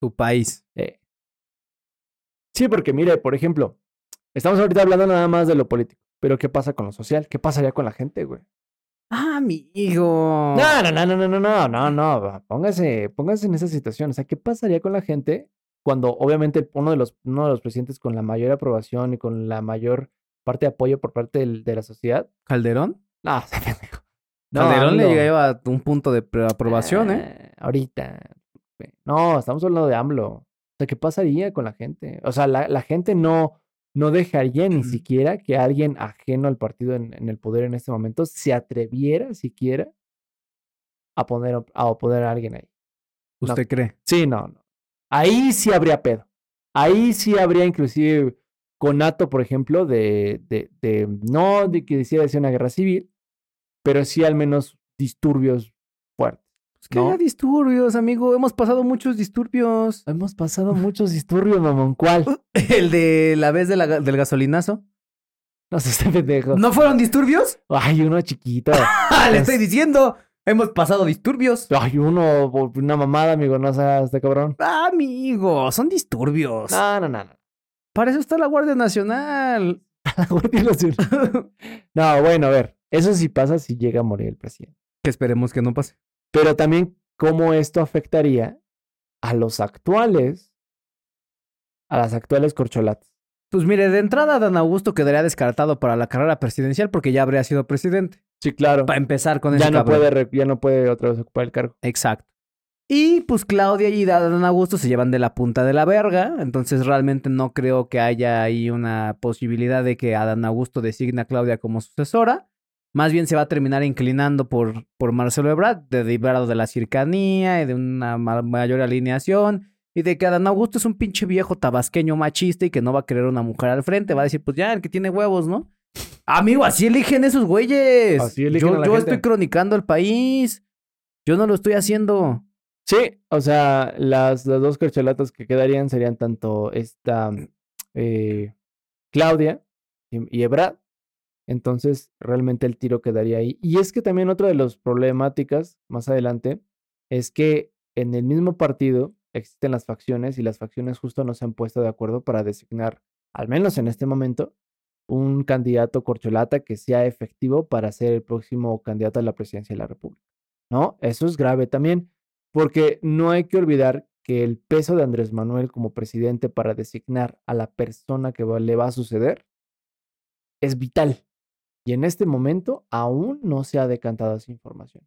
Tu país. Eh. Sí, porque mire, por ejemplo, estamos ahorita hablando nada más de lo político, pero ¿qué pasa con lo social? ¿Qué pasaría con la gente, güey? Ah, amigo. No, no, no, no, no, no, no, no, no, va, Póngase, póngase en esa situación. O sea, ¿qué pasaría con la gente cuando obviamente uno de los, uno de los presidentes con la mayor aprobación y con la mayor parte de apoyo por parte del- de la sociedad? ¿Calderón? No, o sea, pendejo. Calderón le AMLO. llegaba a un punto de pre- aprobación, ¿eh? Ah, Ahorita. güey. No, estamos hablando de AMLO. O sea, ¿qué pasaría con la gente? O sea, la, la gente no, no dejaría ni siquiera que alguien ajeno al partido en, en el poder en este momento se atreviera siquiera a poner op- a oponer a alguien ahí. ¿Usted cree? Sí, no, no. Ahí sí habría pedo. Ahí sí habría inclusive conato, por ejemplo, de, de, de no de que decía decir una guerra civil, pero sí al menos disturbios fuertes. Pues que No. haya disturbios, amigo. Hemos pasado muchos disturbios. Hemos pasado muchos disturbios, mamón. ¿Cuál? Uh. El de la vez de la ga- del gasolinazo. No sé, este pendejo. ¿No fueron disturbios? Ay, uno chiquito. ¡Ah, le Es- estoy diciendo! Hemos pasado disturbios. Ay, uno, por una mamada, amigo. No seas este cabrón. Ah, amigo, son disturbios. No, no, no. no. Para eso está la Guardia Nacional. La Guardia Nacional. No, bueno, a ver. Eso sí pasa si llega a morir el presidente. Que esperemos que no pase. Pero también, ¿cómo esto afectaría a los actuales, a las actuales corcholatas? Pues mire, de entrada, Dan Augusto quedaría descartado para la carrera presidencial porque ya habría sido presidente. Sí, claro. Para empezar con ese Ya no, cabrón. puede, re- ya no puede otra vez ocupar el cargo. Exacto. Y pues Claudia y Dan Augusto se llevan de la punta de la verga, entonces realmente no creo que haya ahí una posibilidad de que Adán Augusto designe a Claudia como sucesora. Más bien se va a terminar inclinando por, por Marcelo Ebrard, de librado de la cercanía y de una ma- mayor alineación. Y de que Adán Augusto es un pinche viejo tabasqueño machista y que no va a querer una mujer al frente. Va a decir, pues ya, el que tiene huevos, ¿no? Amigo, así eligen esos güeyes. Así eligen yo a la yo gente. estoy cronicando el país. Yo no lo estoy haciendo. Sí, o sea, las, las dos corcholatas que quedarían serían tanto esta mm, eh, Claudia y, y Ebrard. Entonces, realmente el tiro quedaría ahí. Y es que también otra de las problemáticas más adelante es que en el mismo partido existen las facciones y las facciones justo no se han puesto de acuerdo para designar, al menos en este momento, un candidato corcholata que sea efectivo para ser el próximo candidato a la presidencia de la República. ¿No? Eso es grave también. Porque no hay que olvidar que el peso de Andrés Manuel como presidente para designar a la persona que va- le va a suceder es vital. Y en este momento aún no se ha decantado esa información.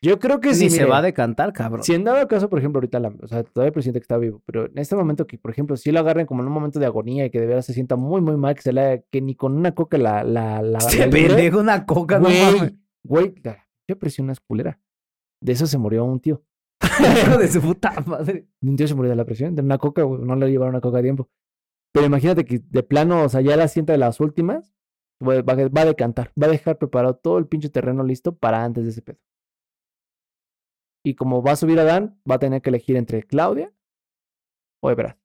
Yo creo que Ni si se mire, va a decantar, cabrón. si en dado caso, por ejemplo, ahorita, la- o sea, todavía el presidente que está vivo, pero en este momento que, por ejemplo, si lo agarren como en un momento de agonía y que de veras se sienta muy, muy mal, que, se la, que ni con una coca la... la, la, Se la libre, pendejo una coca, no mames. Güey, güey, la pinche presión es culera. De eso se murió un tío. Hijo de su puta madre. Un tío se murió de la presión, de una coca, güey. No le llevaron una coca a tiempo. Pero imagínate que de plano, o sea, ya la sienta de las últimas, güey, va, a- va a decantar. Va a dejar preparado todo el pinche terreno listo para antes de ese pedo. Y como va a subir a Dan, va a tener que elegir entre Claudia o Ebrad.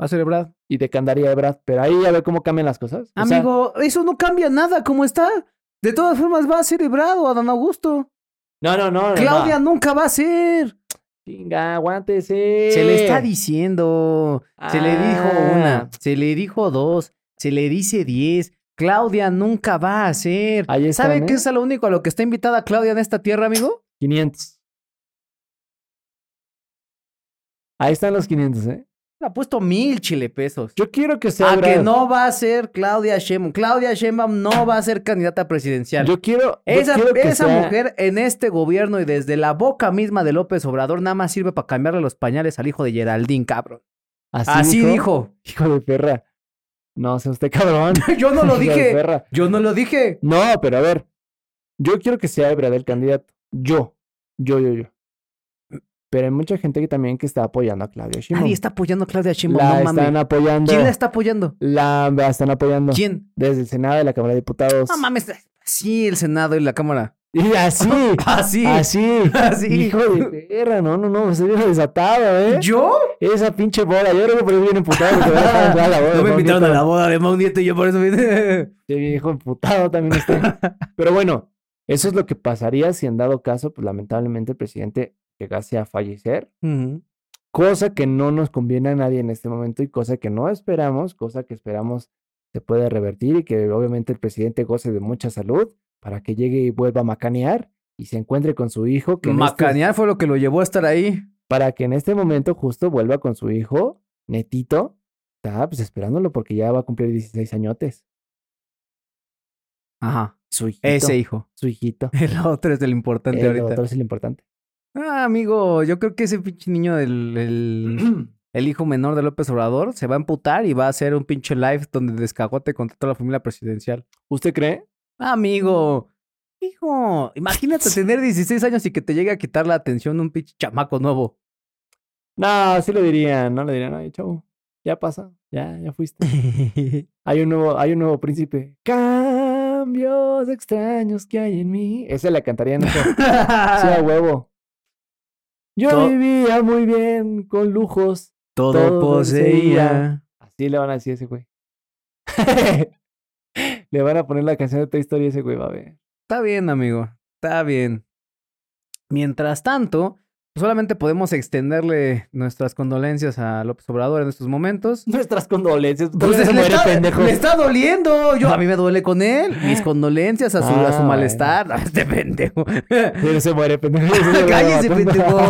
Va a ser Ebrard. Y decantaría a Ebrad. Pero ahí a ver cómo cambian las cosas. O sea, Amigo, eso no cambia nada, ¿cómo está? De todas formas va a ser Ebrado, Adán Augusto. no, no, no. no, Claudia no. nunca va a ser. Chinga, aguántese. Se le está diciendo. Se le dijo Eh. Ah. una, se le dijo dos, se le dice diez. Claudia nunca va a ser. Ahí están, ¿Sabe ¿eh? qué es a lo único a lo que está invitada Claudia en esta tierra, amigo? 500. Ahí están los 500, ¿eh? Le ha puesto mil chile pesos. Yo quiero que sea A Ah, que Brad. no va a ser Claudia Sheinbaum. Claudia Sheinbaum no va a ser candidata presidencial. Yo quiero. yo esa quiero que esa sea- mujer en este gobierno y desde la boca misma de López Obrador nada más sirve para cambiarle los pañales al hijo de Geraldine, cabrón. Así, Así dijo. Hijo de perra. No, sea usted cabrón. Yo no lo Hijo de dije. perra. Yo no lo dije. No, pero a ver. Yo quiero que sea Ebrard el candidato. Yo. Yo, yo, yo. Pero hay mucha gente que también que está apoyando a Claudia Sheinbaum. Nadie está apoyando a Claudia Sheinbaum, La no mames. están apoyando. ¿Quién la está apoyando? La la están apoyando. ¿Quién? Desde el Senado de la Cámara de Diputados. No mames. Sí, el Senado y la Cámara. Y así. Así. Así. Así. Hijo de perra, no, no, no, se vio desatado, ¿eh? ¿Yo? Esa pinche bola, yo creo que por eso viene emputado porque me dejaron entrar a la boda. No me ¿no? invitaron a Nieto. la boda de Mau Nieto y yo por eso vine. Este viejo emputado también está. Pero bueno, eso es lo que pasaría si en dado caso, pues lamentablemente el presidente llegase a fallecer, Ujú. cosa que no nos conviene a nadie en este momento y cosa que no esperamos, cosa que esperamos se puede revertir y que obviamente el presidente goce de mucha salud para que llegue y vuelva a macanear y se encuentre con su hijo que en este estos- Macanear fue lo que lo llevó a estar ahí. para que en este momento justo vuelva con su hijo, netito, está pues esperándolo porque ya va a cumplir 16 añotes. Ajá. Su hijito. Ese hijo. Su hijito. El otro es el importante El ahorita. otro es el importante. Ah, amigo, yo creo que ese pinche niño del el, el hijo menor de López Obrador se va a emputar y va a hacer un pinche live donde descagote contra toda la familia presidencial. Ah, ¿Usted cree? Amigo, hijo, imagínate tener 16 años y que te llegue a quitar la atención un pinche chamaco nuevo. No, sí lo dirían, no le dirían, ay, chavo, ya pasa, ya, ya fuiste. Hay un nuevo, hay un nuevo príncipe. Cambios extraños que hay en mí. Esa la cantarían. esa. Sí, a huevo. Yo To- vivía muy bien, con lujos. Todo Todo poseía. Así le van a decir a ese güey. le van a poner la canción de Toy Story a ese güey, va a ver. Está bien, amigo. Está bien. Mientras tanto, solamente podemos extenderle nuestras condolencias a López Obrador en estos momentos. Nuestras condolencias. Pues Todavía es- se le, muere, está, pendejo. le está doliendo. Yo, a mí me duele con él. Mis condolencias a su, a Ah, su bueno. malestar. Este pendejo. Me Pero se muere, pendejo. Cállese, pendejo.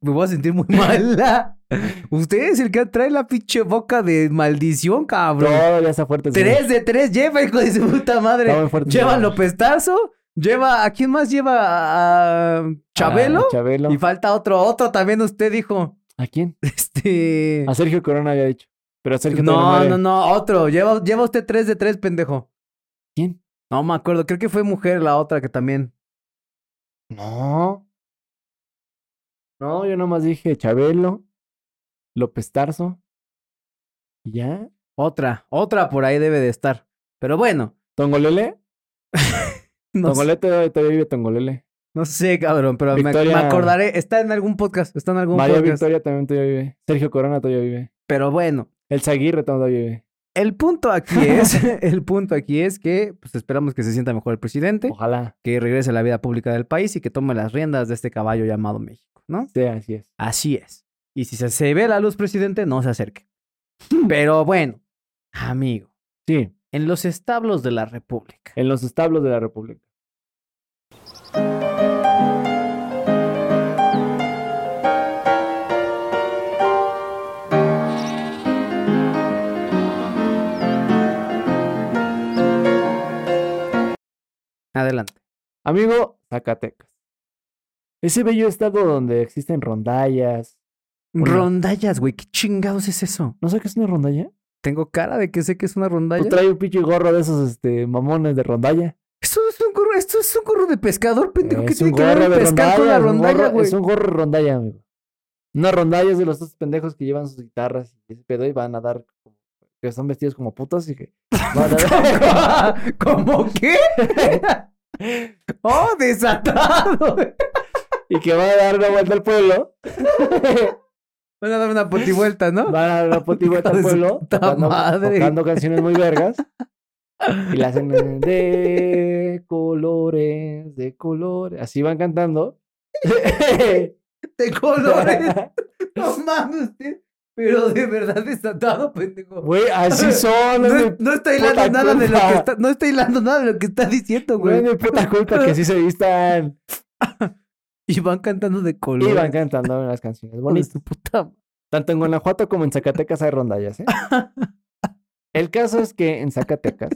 voy a sentir muy mal. Usted es el que trae la pinche boca de maldición, cabrón. Todavía está fuerte. el señor. Tres de tres lleva, hijo de su puta pues, Está madre. muy fuerte el Lleva a señor. López Tarso. Lleva. ¿A quién más lleva? A a Chabelo. Ah, Chabelo. Y falta otro. Otro también usted dijo. ¿A quién? Este. A Sergio Corona había dicho. Pero Sergio No, no, todavía muere. no, otro. Lleva, lleva usted tres de tres, pendejo. ¿Quién? No me acuerdo. Creo que fue mujer la otra que también. No. No, yo nomás dije Chabelo, López Tarso. Y ya. Otra, otra por ahí debe de estar. Pero bueno, ¿Tongolele? no, sé- Tongolele todavía todavía vive Tongolele. no sé, cabrón, pero me, Victoria- me acordaré. Está en algún podcast, está en algún María podcast. Victoria también todavía vive. Sergio Corona todavía vive. Pero bueno, El Zaguirre todavía vive. el punto aquí es, el punto aquí es que pues esperamos que se sienta mejor el presidente, Ojalá que regrese a la vida pública del país y que tome las riendas de este caballo llamado México, ¿no? sea así es. Así es. Y si se, se ve la luz, presidente, no se acerque. Pero bueno, amigo, Sí, en los establos de la República. en los establos de la República. Adelante. Amigo, Zacatecas. Ese bello estado donde existen rondallas. Hola. Rondallas, güey, ¿qué chingados es eso? ¿No sé qué es una rondalla? Tengo cara de que sé que es una rondalla. Tú Pues trae un pinche gorro de esos este, mamones de rondalla. Esto es un gorro, esto es un gorro de pescador, pendejo. ¿Qué Es un tiene que gorro ver de el pescar con rondalla. la es un rondalla, gorro- güey? Es un gorro de rondalla, amigo. Una rondalla es de los dos pendejos que llevan sus guitarras y ese pedo y van a dar. Que están vestidos como putos y que. van a dar- ¿Cómo qué? ¡Oh, desatado! y que van a dar una vuelta al pueblo. Van a dar una potivuelta, ¿no? Van a dar una potivuelta Hijo al de su pueblo. puta tocando, madre. tocando canciones muy vergas. Y la hacen eh, de colores, de colores. Así van cantando. De colores. No mames, usted. Pero de verdad está atado, pendejo. Güey, así son. No, No, es es- mi- no está hilando puta nada de lo que culpa. está, no está hilando nada de lo que está diciendo, no es güey. mi puta culpa que sí se vistan. Y van cantando de color. Y van cantando las canciones Hijo de bonitas. su puta. Tanto en Guanajuato como en Zacatecas hay rondallas, ¿eh? El caso es que en Zacatecas.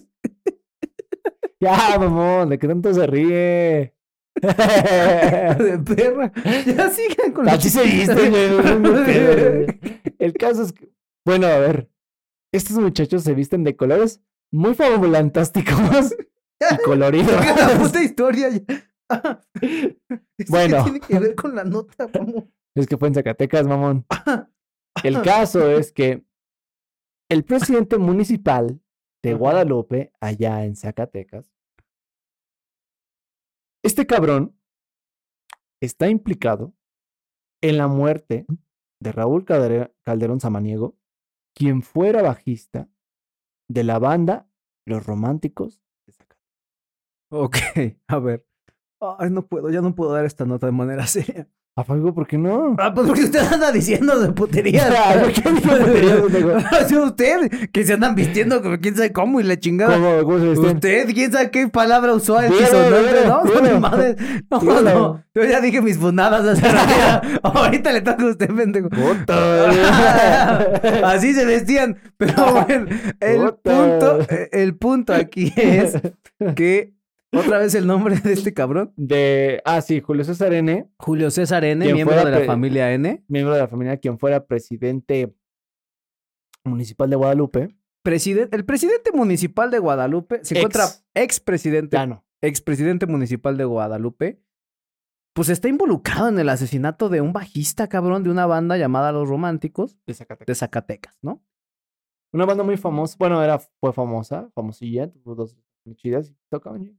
Ya, mamón, de que tanto se ríe. de perra. Ya sigan con Así se viste, güey, no, no, no, güey. El caso es que. Bueno, a ver. Estos muchachos se visten de colores muy fabulantásticos y coloridos. la puta historia. ya. ¿Eso Bueno. ¿Qué tiene que ver con la nota? vamos? Es que fue en Zacatecas, mamón. El caso es que el presidente municipal de Ajá. Guadalupe, allá en Zacatecas, este cabrón está implicado en la muerte de Raúl Cadere- Calderón Samaniego, quien fuera bajista de la banda Los Románticos de Zacatecas. Ok, a ver. Ay, no puedo, ya no puedo dar esta nota de manera seria. ¿A fuego? ¿Por qué no? Ah, pues porque usted anda diciendo de puterías. Ah, ¿por qué digo puterías, pendejo? usted, que se andan vistiendo como quién sabe cómo y la chingada. ¿Cómo, cómo se visten? Usted, quién sabe qué palabra usó el Dilo, disonante, dilo, ¿no? No, dilo. madre. No, Dilo. no. Yo ya dije mis funadas hace rato. Ahorita le toca a usted, pendejo. Puta. Así se vestían. Pero bueno, el Puta. punto, el punto aquí es que otra vez el nombre de este cabrón. de. Ah, sí, Julio César N., Julio César N, Quien miembro fuera de la pre- familia N, miembro de la familia, quien fuera presidente municipal de Guadalupe. presidente, el presidente municipal de Guadalupe, se Ex. encuentra expresidente, Ya ah, no. expresidente municipal de Guadalupe, pues está involucrado en el asesinato de un bajista cabrón de una banda llamada Los Románticos De de Zacatecas. Zacatecas, ¿no? Una banda muy famosa. Bueno, era, fue famosa, famosilla, tuvo dos muy chidas y tocaban. bien.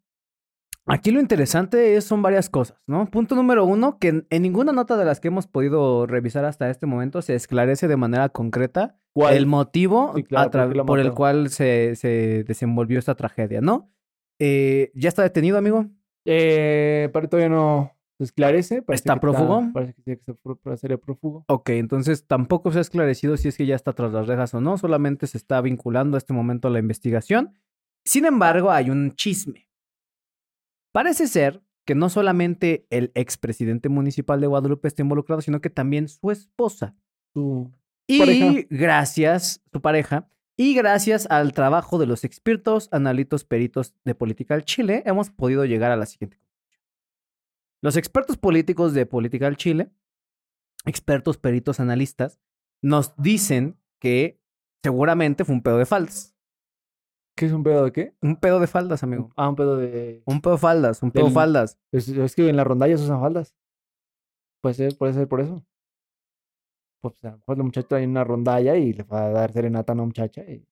Aquí lo interesante es, son varias cosas, ¿no? Punto número uno, que en, en ninguna nota de las que hemos podido revisar hasta este momento se esclarece de manera concreta ¿Cuál? el motivo Sí, claro, a tra- ¿por qué lo por el mató? cual se, se desenvolvió esta tragedia, ¿no? Eh, ¿Ya está detenido, amigo? Eh, pero todavía no se esclarece. parece ¿Está que prófugo? parece que sí, que se- pro- sería prófugo. Ok, entonces tampoco se ha esclarecido si es que ya está tras las rejas o no, solamente se está vinculando a este momento a la investigación. Sin embargo, hay un chisme. Parece ser que no solamente el expresidente municipal de Guadalupe está involucrado, sino que también su esposa. Tú. Y pareja. gracias, su pareja, y gracias al trabajo de los expertos, analitos, peritos de Political Chile, hemos podido llegar a la siguiente conclusión. Los expertos políticos de Political Chile, expertos, peritos, analistas, nos dicen que seguramente fue un pedo de faldas. ¿Qué es un pedo de qué? Un pedo de faldas, amigo. Ah, un pedo de. Un pedo de faldas, un pedo de Del- faldas. Es, es que en las rondallas usan faldas. Puede ser, puede ser por eso. Pues a lo mejor la muchacha trae una rondalla y le va a dar serenata a una muchacha y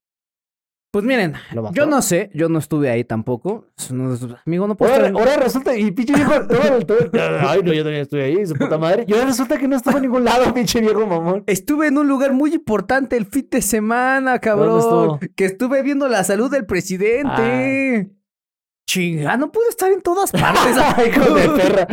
Pues miren, lo mató. yo no sé, yo no estuve ahí tampoco. No- Amigo, no puedo Ahora, estar- ahora resulta, y pinche viejo, todo el- todo el- Ay, no, yo también estoy ahí, su puta madre. Y ahora resulta que no estaba en ningún lado, pinche viejo mamón. Estuve en un lugar muy importante el fin de semana, cabrón. estuvo? Que estuve viendo la salud del presidente. Chinga, Ah, no pude estar en todas partes. Hijo de perra.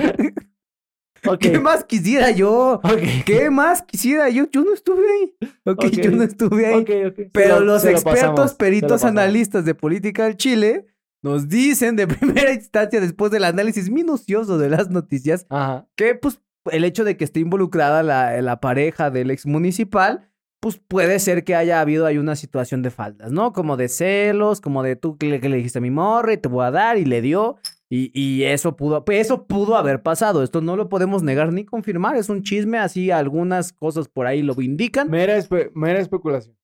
Ok. ¿Qué más quisiera yo? Ok. ¿Qué más quisiera yo? Yo no estuve ahí. Ok, Ok. yo no estuve ahí. Ok, ok. Se Pero lo- los se lo pasamos, expertos, se lo peritos, pasamos. analistas de política del Chile nos dicen de primera instancia, después del análisis minucioso de las noticias, Ajá. que pues el hecho de que esté involucrada la, la pareja del ex municipal, pues puede ser que haya habido ahí una situación de faldas, ¿no? Como de celos, como de tú que le, que le dijiste a mi morra y te voy a dar y le dio. Y, y eso pudo, pues, eso pudo haber pasado. Esto no lo podemos negar ni confirmar. Es un chisme, así algunas cosas por ahí lo indican. Mera, espe- mera especulación.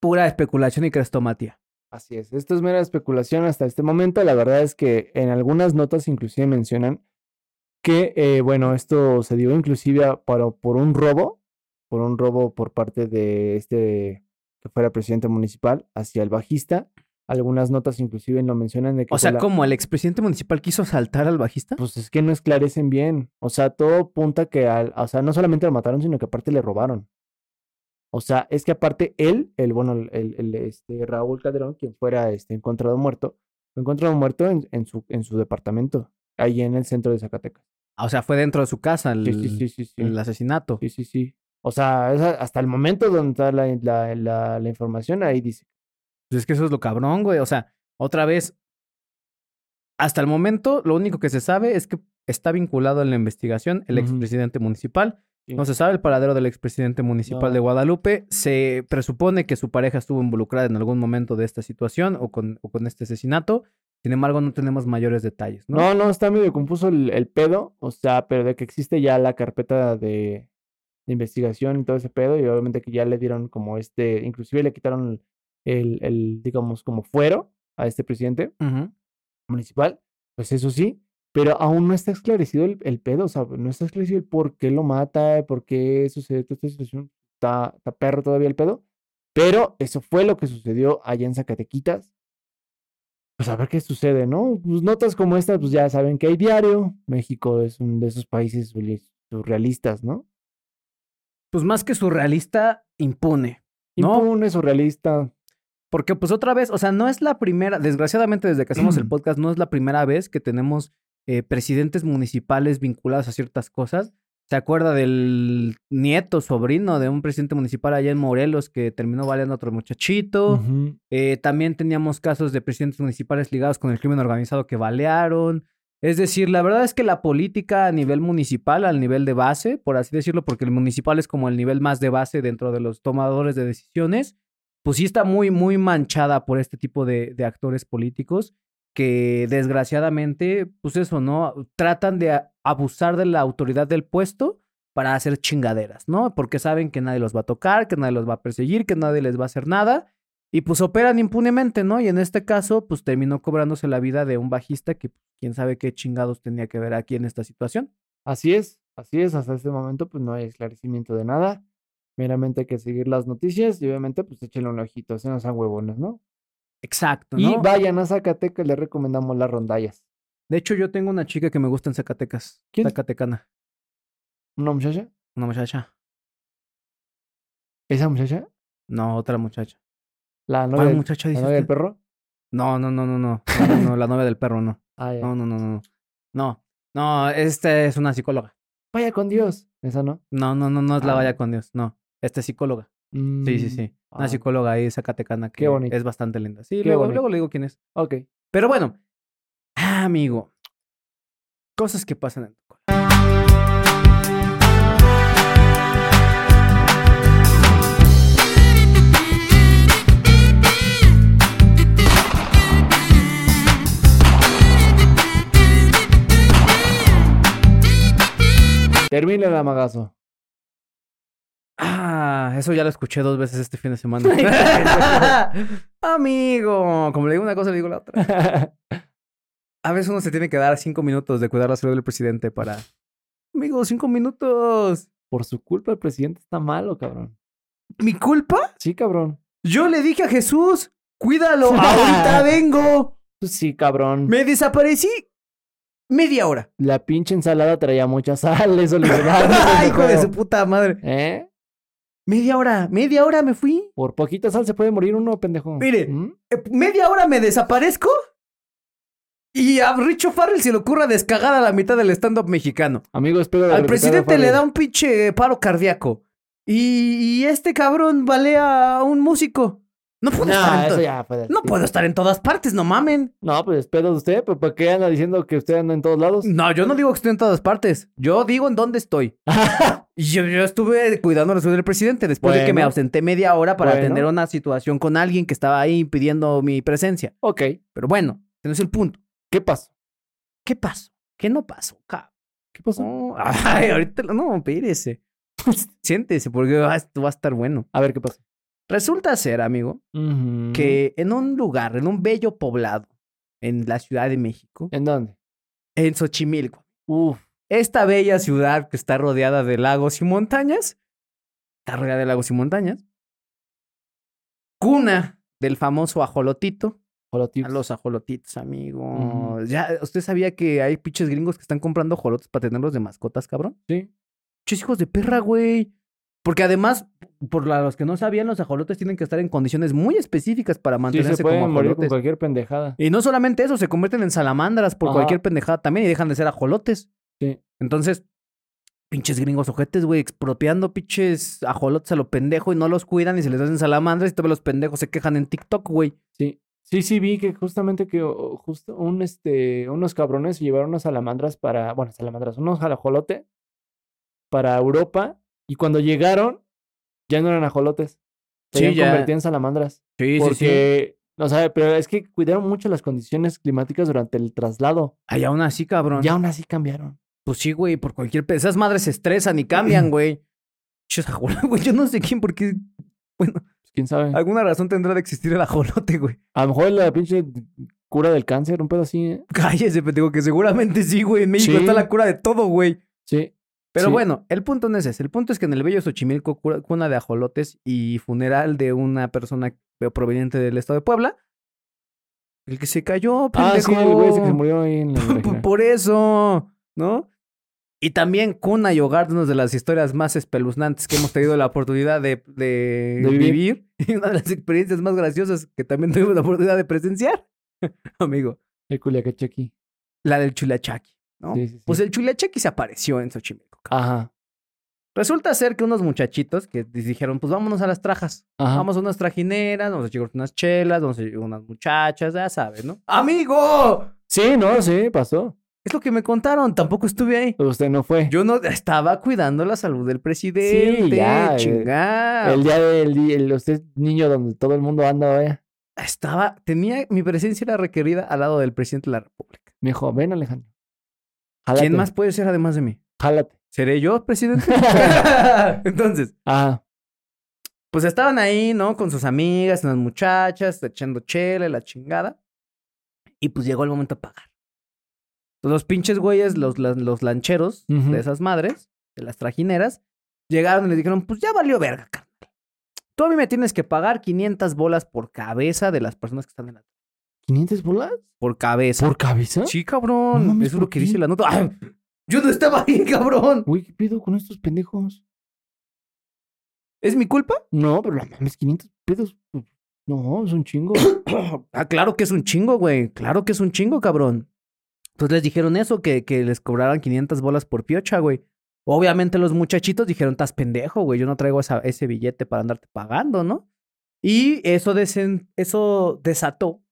Pura especulación y crestomatía. Así es, esto es mera especulación hasta este momento. La verdad es que en algunas notas inclusive mencionan que, eh, bueno, esto se dio inclusive a- para- por un robo, por un robo por parte de este que fuera presidente municipal hacia el bajista. Algunas notas inclusive lo mencionan de que... O fue sea, la- como el expresidente municipal quiso asaltar al bajista. Pues es que no esclarecen bien. O sea, todo apunta que, al, o sea, no solamente lo mataron, sino que aparte le robaron. O sea, es que aparte él, el bueno, el, el- el, este, Raúl Calderón, quien fuera este, encontrado muerto, fue encontrado muerto en, en su, en su departamento, ahí en el centro de Zacatecas. O sea, fue dentro de su casa el, Sí, sí, sí, sí, sí. el asesinato. Sí, sí, sí. O sea, es a- hasta el momento donde está la, la- la- la información, ahí dice. Pues es que eso es lo cabrón, güey. O sea, otra vez, hasta el momento, lo único que se sabe es que está vinculado en la investigación el Ujú. expresidente municipal. Sí. No se sabe el paradero del expresidente municipal No. de Guadalupe. Se presupone que su pareja estuvo involucrada en algún momento de esta situación o con, o con este asesinato. Sin embargo, no tenemos mayores detalles, ¿no? No, no, está medio compuso el, el pedo, o sea, pero de que existe ya la carpeta de, de investigación y todo ese pedo, y obviamente que ya le dieron como este, inclusive le quitaron el, el digamos, como fuero a este presidente Ujú. municipal, pues eso sí, pero aún no está esclarecido el, el pedo, o sea, no está esclarecido el por qué lo mata, por qué sucede toda esta situación, está, está perro todavía el pedo, pero eso fue lo que sucedió allá en Zacatequitas. Pues a ver qué sucede, ¿no? Pues notas como estas, pues ya saben que hay diario. México es uno de esos países surrealis- surrealistas, ¿no? Pues más que surrealista, impune. No. Impune, surrealista. Porque pues otra vez, o sea, no es la primera, desgraciadamente desde que hacemos el podcast, no es la primera vez que tenemos eh, presidentes municipales vinculados a ciertas cosas. ¿Se acuerda del nieto, sobrino de un presidente municipal allá en Morelos que terminó baleando a otro muchachito? Ujú. Eh, también teníamos casos de presidentes municipales ligados con el crimen organizado que balearon. Es decir, la verdad es que la política a nivel municipal, al nivel de base, por así decirlo, porque el municipal es como el nivel más de base dentro de los tomadores de decisiones, pues sí está muy, muy manchada por este tipo de, de actores políticos que desgraciadamente, pues eso, ¿no? Tratan de a- abusar de la autoridad del puesto para hacer chingaderas, ¿no? Porque saben que nadie los va a tocar, que nadie los va a perseguir, que nadie les va a hacer nada. Y pues operan impunemente, ¿no? Y en este caso, pues terminó cobrándose la vida de un bajista que quién sabe qué chingados tenía que ver aquí en esta situación. Así es, así es, hasta este momento pues no hay esclarecimiento de nada. Meramente hay que seguir las noticias y obviamente pues échenle un ojito, se no sean huevones, ¿no? Exacto, Y ¿no? vayan a Zacatecas, les recomendamos las rondallas. De hecho, yo tengo una chica que me gusta en Zacatecas. ¿Quién? Zacatecana. ¿Una muchacha? Una muchacha. ¿Esa muchacha? No, otra muchacha. ¿La novia, ¿Cuál del- muchacha la dice novia del usted? perro? No, no, no, no, no. No, no, la novia del perro, no. Ah, ya. No, no, no, no. no. No, no, esta es una psicóloga. Vaya con Dios. Esa no. No, no, no, no es la Ah. vaya con Dios. No, esta es psicóloga. Sí, sí, Mm, sí. ah, Una psicóloga ahí zacatecana que bonito. es bastante linda. Sí, Qué luego, bonito. luego le digo quién es. Ok. Pero bueno, ah, amigo, cosas que pasan en tu cola. Termina el amagazo. Ah, eso ya lo escuché dos veces este fin de semana. amigo, como le digo una cosa, le digo la otra. A veces uno se tiene que dar cinco minutos de cuidar la salud del presidente para... Amigo, cinco minutos. Por su culpa el presidente está malo, cabrón. ¿Mi culpa? Sí, cabrón. Yo le dije a Jesús, cuídalo, ahorita vengo. Pues Sí, cabrón. Me desaparecí media hora. La pinche ensalada traía mucha sal, eso le llevaba. Ay, hijo de su puta madre. ¿Eh? Media hora, media hora me fui. Por poquita sal se puede morir uno, pendejo. Mire. ¿Mm? Eh, media hora me desaparezco y a Richo Farrell se le ocurra descagar a la mitad del stand-up mexicano. Amigo, espero de Al repente presidente le Farrell. da un pinche paro cardíaco. Y, y este cabrón balea a un músico. No puedo, estar, No, en eso to- ya fue del no tipo. puedo estar en todas partes, no mamen. No, pues espero de usted, pero ¿por qué anda diciendo que usted anda en todos lados? No, yo no digo que estoy en todas partes. Yo digo en dónde estoy. Y yo, yo estuve cuidando la salud del presidente después de que me Bueno. ausenté media hora para Bueno. atender una situación con alguien que estaba ahí impidiendo mi presencia. Ok, Pero bueno, ese no es el punto. ¿qué pasó? ¿Qué pasó? ¿Qué no pasó, cabrón? ¿Qué pasó? No, ay, ahorita lo- no, espérese. Siéntese, porque va, esto va a estar bueno. A ver, ¿qué pasó? Resulta ser, amigo, que en un lugar, en un bello poblado, en la Ciudad de México, ¿En dónde? en Xochimilco, Uf, esta bella ciudad que está rodeada de lagos y montañas, está rodeada de lagos y montañas, cuna del famoso ajolotito, a jolotips. los ajolotitos, amigo. Ujú. Ya, ¿usted sabía que hay pinches gringos que están comprando ajolotes para tenerlos de mascotas, cabrón? Sí. Chis hijos de perra, güey. Porque además, por la- los que no sabían, los ajolotes tienen que estar en condiciones muy específicas para Sí, mantenerse se como pueden morir con ajolotes. cualquier pendejada. Y no solamente eso, se convierten en salamandras por Ajá. cualquier pendejada también y dejan de ser ajolotes. Sí. Entonces, pinches gringos ojetes, güey, expropiando pinches ajolotes a lo pendejo y no los cuidan y se les hacen salamandras y todos los pendejos se quejan en TikTok, güey. Sí. Sí, sí, vi que justamente que o- justo un, este, unos cabrones llevaron unas salamandras para, bueno, salamandras, unos ajolotes para Europa y cuando llegaron ya no eran ajolotes. Se Sí, habían ya. convertido en salamandras. Sí, porque, no sabe, pero es que cuidaron mucho las condiciones climáticas durante el traslado. Ay, aún así, cabrón. Y aún así cambiaron. Pues sí, güey, por cualquier... pe- Esas madres se estresan y cambian, güey. Pinches ajolotes, güey, yo no sé quién, porque Pues, ¿Quién sabe? alguna razón tendrá de existir el ajolote, güey. A lo mejor la pinche cura del cáncer, un pedo así. ¿eh? Cállese, pendejo, que seguramente sí, güey. En México Sí. está la cura de todo, güey. Sí. Pero Sí. bueno, el punto no es ese. El punto es que en el bello Xochimilco, cura- cuna de ajolotes y funeral de una persona eh, proveniente del estado de Puebla, el que se cayó, pendejo. Ah, sí, el güey ese que se murió ahí en la Por- original. Por eso, ¿no? Y también cuna y hogar de una de las historias más espeluznantes que hemos tenido la oportunidad de, de De vivir. vivir y una de las experiencias más graciosas que también tuvimos la oportunidad de presenciar, amigo. El culiacache aquí. La del Chulachaki, ¿no? Sí, sí, sí. Pues el Chulachaki se apareció en Xochimilco. cabrón. Ajá. Resulta ser que unos muchachitos que les dijeron, pues vámonos a las trajas. Ajá. Vamos a unas trajineras, vamos a llegar unas chelas, vamos a llegar unas muchachas, ya sabes, ¿no? ¡Amigo! Sí, no, sí, pasó. Es lo que me contaron, tampoco estuve ahí. Usted no fue. Yo no estaba cuidando la salud del presidente. ya, eh, chingada. El día del di- el, usted es niño donde todo el mundo anda, vaya. Estaba, tenía, mi presencia era requerida al lado del presidente de la República. Me dijo, ven Alejandro. Jálate, ¿Quién más puede ser además de mí? Jálate. ¿Seré yo, presidente? Entonces, Ajá. pues estaban ahí, ¿no? Con sus amigas, unas muchachas, echando chela, y la chingada. Y pues llegó el momento de pagar. Pues, Los pinches güeyes, los, lan- los lancheros Ujú. de esas madres, de las trajineras, llegaron y les dijeron, pues ya valió verga, carnal. Tú a mí me tienes que pagar 500 bolas por cabeza de las personas que están en la... ¿500 bolas? Por cabeza. ¿Por cabeza? Sí, No cabrón. Eso mames, es ¿por lo que qué? dice la nota. ¡Ah! Yo no estaba ahí, cabrón. Uy, ¿qué pedo con estos pendejos? ¿Es mi culpa? No, pero la mames, 500 pedos. pues, No, es un chingo. Ah, claro que es un chingo, güey. Claro que es un chingo, cabrón. Entonces les dijeron eso, que, que les cobraran 500 bolas por piocha, güey. Obviamente los muchachitos dijeron, estás pendejo, güey. Yo no traigo esa- ese billete para andarte pagando, ¿no? Y eso, desen- eso desató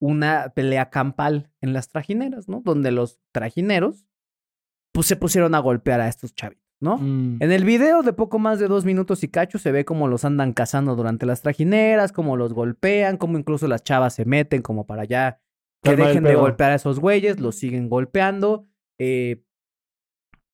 una pelea campal en las trajineras, ¿no? Donde los trajineros, pues se pusieron a golpear a estos chavitos, ¿no? Mm. En el video de poco más de dos minutos y cacho se ve cómo los andan cazando durante las trajineras, cómo los golpean, cómo incluso las chavas se meten como para allá que Calmar el dejen de pedo. golpear a esos güeyes, los siguen golpeando. eh,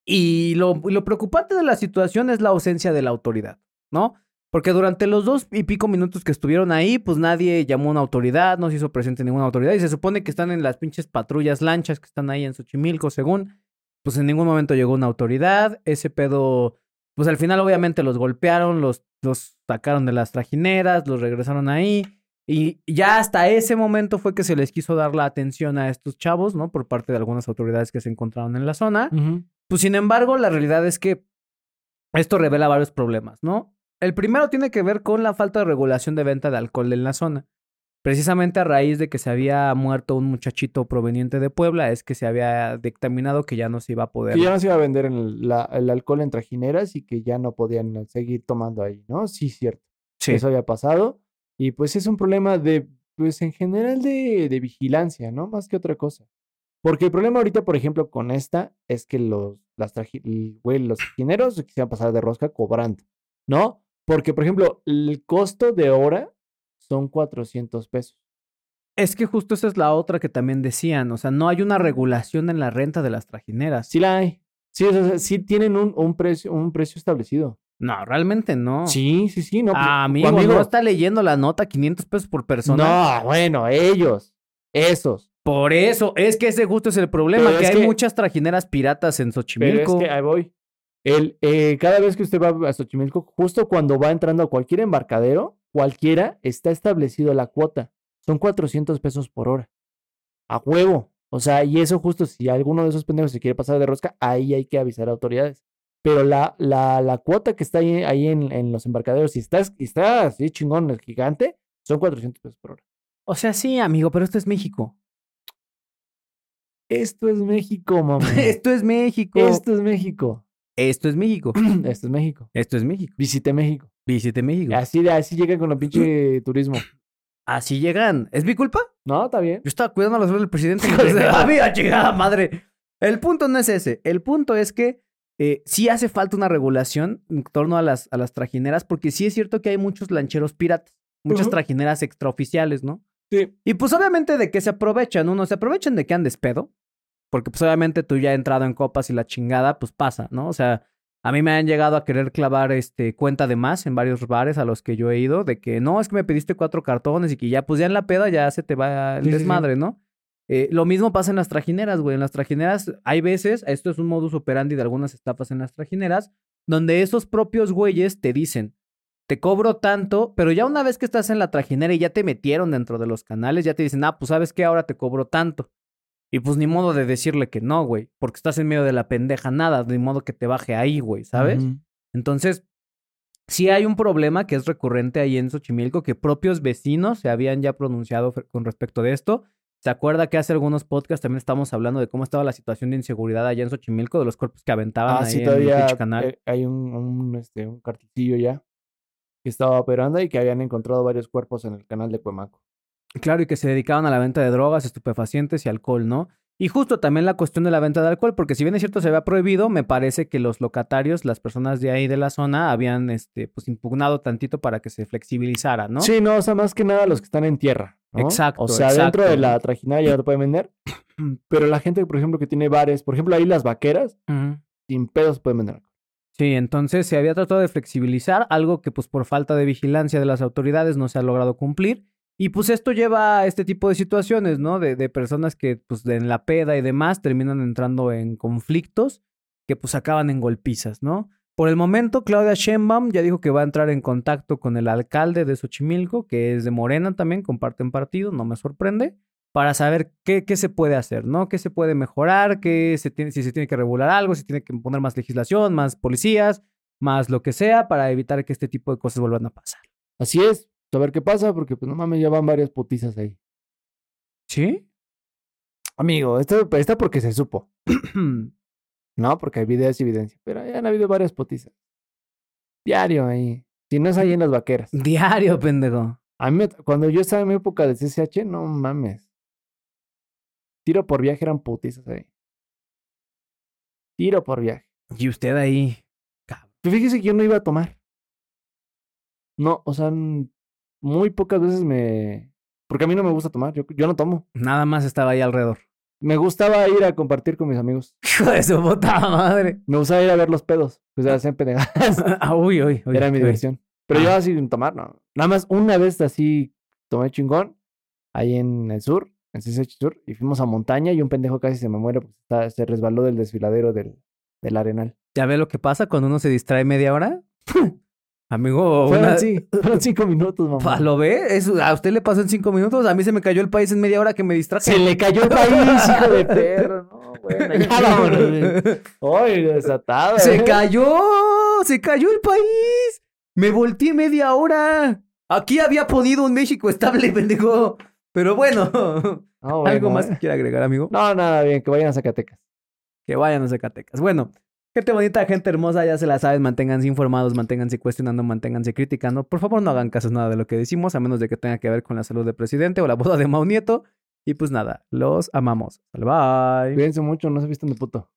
y lo, lo preocupante de la situación es la ausencia de la autoridad, ¿no? Porque durante los dos y pico minutos que estuvieron ahí, pues nadie llamó a una autoridad, no se hizo presente ninguna autoridad y se supone que están en las pinches patrullas lanchas que están ahí en Xochimilco, según pues en ningún momento llegó una autoridad. Ese pedo, pues al final obviamente los golpearon, los, los sacaron de las trajineras, los regresaron ahí. Y ya hasta ese momento fue que se les quiso dar la atención a estos chavos, ¿no? Por parte de algunas autoridades que se encontraron en la zona. Ujú. Pues sin embargo, la realidad es que esto revela varios problemas, ¿no? El primero tiene que ver con la falta de regulación de venta de alcohol en la zona. Precisamente a raíz de que se había muerto un muchachito proveniente de Puebla, es que se había dictaminado que ya no se iba a poder. Que ya no se iba a vender el, la- el alcohol en trajineras y que ya no podían seguir tomando ahí, ¿no? Sí, cierto. Sí. Eso había pasado. Y pues es un problema de, pues en general de, de vigilancia, ¿no? Más que otra cosa. Porque el problema ahorita, por ejemplo, con esta es que los, las traji- l- güey, los trajineros se quisieran pasar de rosca cobrando, ¿no? Porque, por ejemplo, el costo de hora son 400 pesos. Es que justo esa es la otra que también decían, o sea, no hay una regulación en la renta de las trajineras. Sí la hay. Sí, o sea, sí tienen un, un precio, un precio establecido. No, realmente no. Ah, Sí, sí, sí. No, pues, amigo, amigo, Ah. no está leyendo la nota 500 pesos por persona. No, bueno, ellos. Esos. Por eso, es que ese justo es el problema, Pero que es hay que- muchas trajineras piratas en Pero Xochimilco. es que ahí voy. El, eh, cada vez que usted va a Xochimilco, justo cuando va entrando a cualquier embarcadero, cualquiera, está establecido la cuota. Son 400 pesos por hora. A huevo. O sea, y eso justo, si alguno de esos pendejos se quiere pasar de rosca, ahí hay que avisar a autoridades. Pero la, la, la cuota que está ahí, ahí en, en los embarcaderos, si estás, está así chingón, el gigante, son 400 pesos por hora. O sea, sí, amigo, pero esto es México. Esto es México, mamá. Esto es México. Esto es México. Esto es México. Esto es México. Esto es México. Visité México. Visite México. Así, de- así llegan con el pinche turismo. Así llegan. ¿Es mi culpa? No, está bien. Yo estaba cuidando a los del presidente. Hijo de entonces, perra. a mí, a chingada madre. El punto no es ese. El punto es que eh, sí hace falta una regulación en torno a las, a las trajineras, porque sí es cierto que hay muchos lancheros piratas, muchas Ujú. trajineras extraoficiales, ¿no? Sí. Y pues obviamente de que se aprovechan, uno se aprovechan de que andes pedo, porque pues obviamente tú ya entrado en copas y la chingada, pues pasa, ¿no? O sea, a mí me han llegado a querer clavar este cuenta de más en varios bares a los que yo he ido, de que no, es que me pediste cuatro cartones y que ya, pues ya en la peda ya se te va el Sí, sí, sí. desmadre, ¿no? Eh, lo mismo pasa en las trajineras, güey. En las trajineras hay veces, esto es un modus operandi de algunas estafas en las trajineras, donde esos propios güeyes te dicen, te cobro tanto, pero ya una vez que estás en la trajinera y ya te metieron dentro de los canales, ya te dicen, ah, pues sabes qué, ahora te cobro tanto. Y pues ni modo de decirle que no, güey, porque estás en medio de la pendeja nada, ni modo que te baje ahí, güey, ¿sabes? Ujú. Entonces, sí hay un problema que es recurrente ahí en Xochimilco, que propios vecinos se habían ya pronunciado fre- con respecto de esto. ¿Se acuerda que hace algunos podcasts también estábamos hablando de cómo estaba la situación de inseguridad allá en Xochimilco, de los cuerpos que aventaban Ah, ahí sí, en el todavía pinche canal? eh, hay un, un, este, un cartelcillo ya que estaba operando y que habían encontrado varios cuerpos en el canal de Cuemaco. Claro, y que se dedicaban a la venta de drogas, estupefacientes y alcohol, ¿no? Y justo también la cuestión de la venta de alcohol, porque si bien es cierto se había prohibido, me parece que los locatarios, las personas de ahí de la zona, habían este, pues impugnado tantito para que se flexibilizara, ¿no? Sí, no, o sea, más que nada los que están en tierra. ¿no? Exacto, O sea, dentro de exacto. la trajinada ya lo pueden vender. Pero la gente, por ejemplo, que tiene bares, por ejemplo, ahí las vaqueras, Ujú. sin pedos pueden vender. Sí, entonces se había tratado de flexibilizar algo que pues por falta de vigilancia de las autoridades no se ha logrado cumplir. Y pues esto lleva a este tipo de situaciones, ¿no? De, de personas que pues de- en la peda y demás terminan entrando en conflictos que pues acaban en golpizas, ¿no? Por el momento, Claudia Sheinbaum ya dijo que va a entrar en contacto con el alcalde de Xochimilco, que es de Morena también, comparten partido, no me sorprende, para saber qué, qué se puede hacer, ¿no? ¿Qué se puede mejorar? Qué se tiene, si se tiene que regular algo, si tiene que poner más legislación, más policías, más lo que sea, para evitar que este tipo de cosas vuelvan a pasar. Así es, a ver qué pasa, porque pues no mames, ya van varias putizas ahí. ¿Sí? Amigo, esto está porque se supo, ¿no? Porque hay videos y evidencia. Pero ya han habido varias putizas. Diario ahí. Si no es ahí en las vaqueras. Diario, pendejo. A mí, me- cuando yo estaba en mi época de CCH, no mames. Tiro por viaje eran putizas ahí. Tiro por viaje. Y usted ahí. Pero fíjese que yo no iba a tomar. No, o sea, n- muy pocas veces me. Porque a mí no me gusta tomar, yo, yo no tomo. Nada más estaba ahí alrededor. Me gustaba ir a compartir con mis amigos. Hijo de su puta madre. Me gustaba ir a ver los pedos. Pues ya hacían pendejadas. Ah, uy, uy, uy, Era mi uy. diversión. Pero Ah. yo así sin tomar, no. Nada más una vez así tomé chingón, ahí en el sur, en CCH Sur, y fuimos a montaña y un pendejo casi se me muere porque está- se resbaló del desfiladero del, del arenal. ¿Ya ve lo que pasa cuando uno se distrae media hora? Amigo, Fueron, una... sí, fueron cinco minutos, Pa, mamá. ¿Lo ve? Eso- ¿A usted le pasó en cinco minutos? A mí se me cayó el país en media hora que me distraje. Se le cayó el país, hijo de perro. No, bueno, ya vámonos. güey. Ay, desatado. ¡Se eh. cayó! ¡Se cayó el país! ¡Me volteé media hora! Aquí había podido un México estable, pendejo. Pero bueno, No, bueno, algo más eh. que quiera agregar, amigo. No, nada, bien, que vayan a Zacatecas. Que vayan a Zacatecas. Bueno, gente bonita, gente hermosa, ya se la saben. Manténganse informados, manténganse cuestionando, manténganse criticando. Por favor, no hagan caso nada de lo que decimos, a menos de que tenga que ver con la salud del presidente o la boda de Mau Nieto. Y pues nada, los amamos. Bye bye. Cuídense mucho, no se vistan de puto.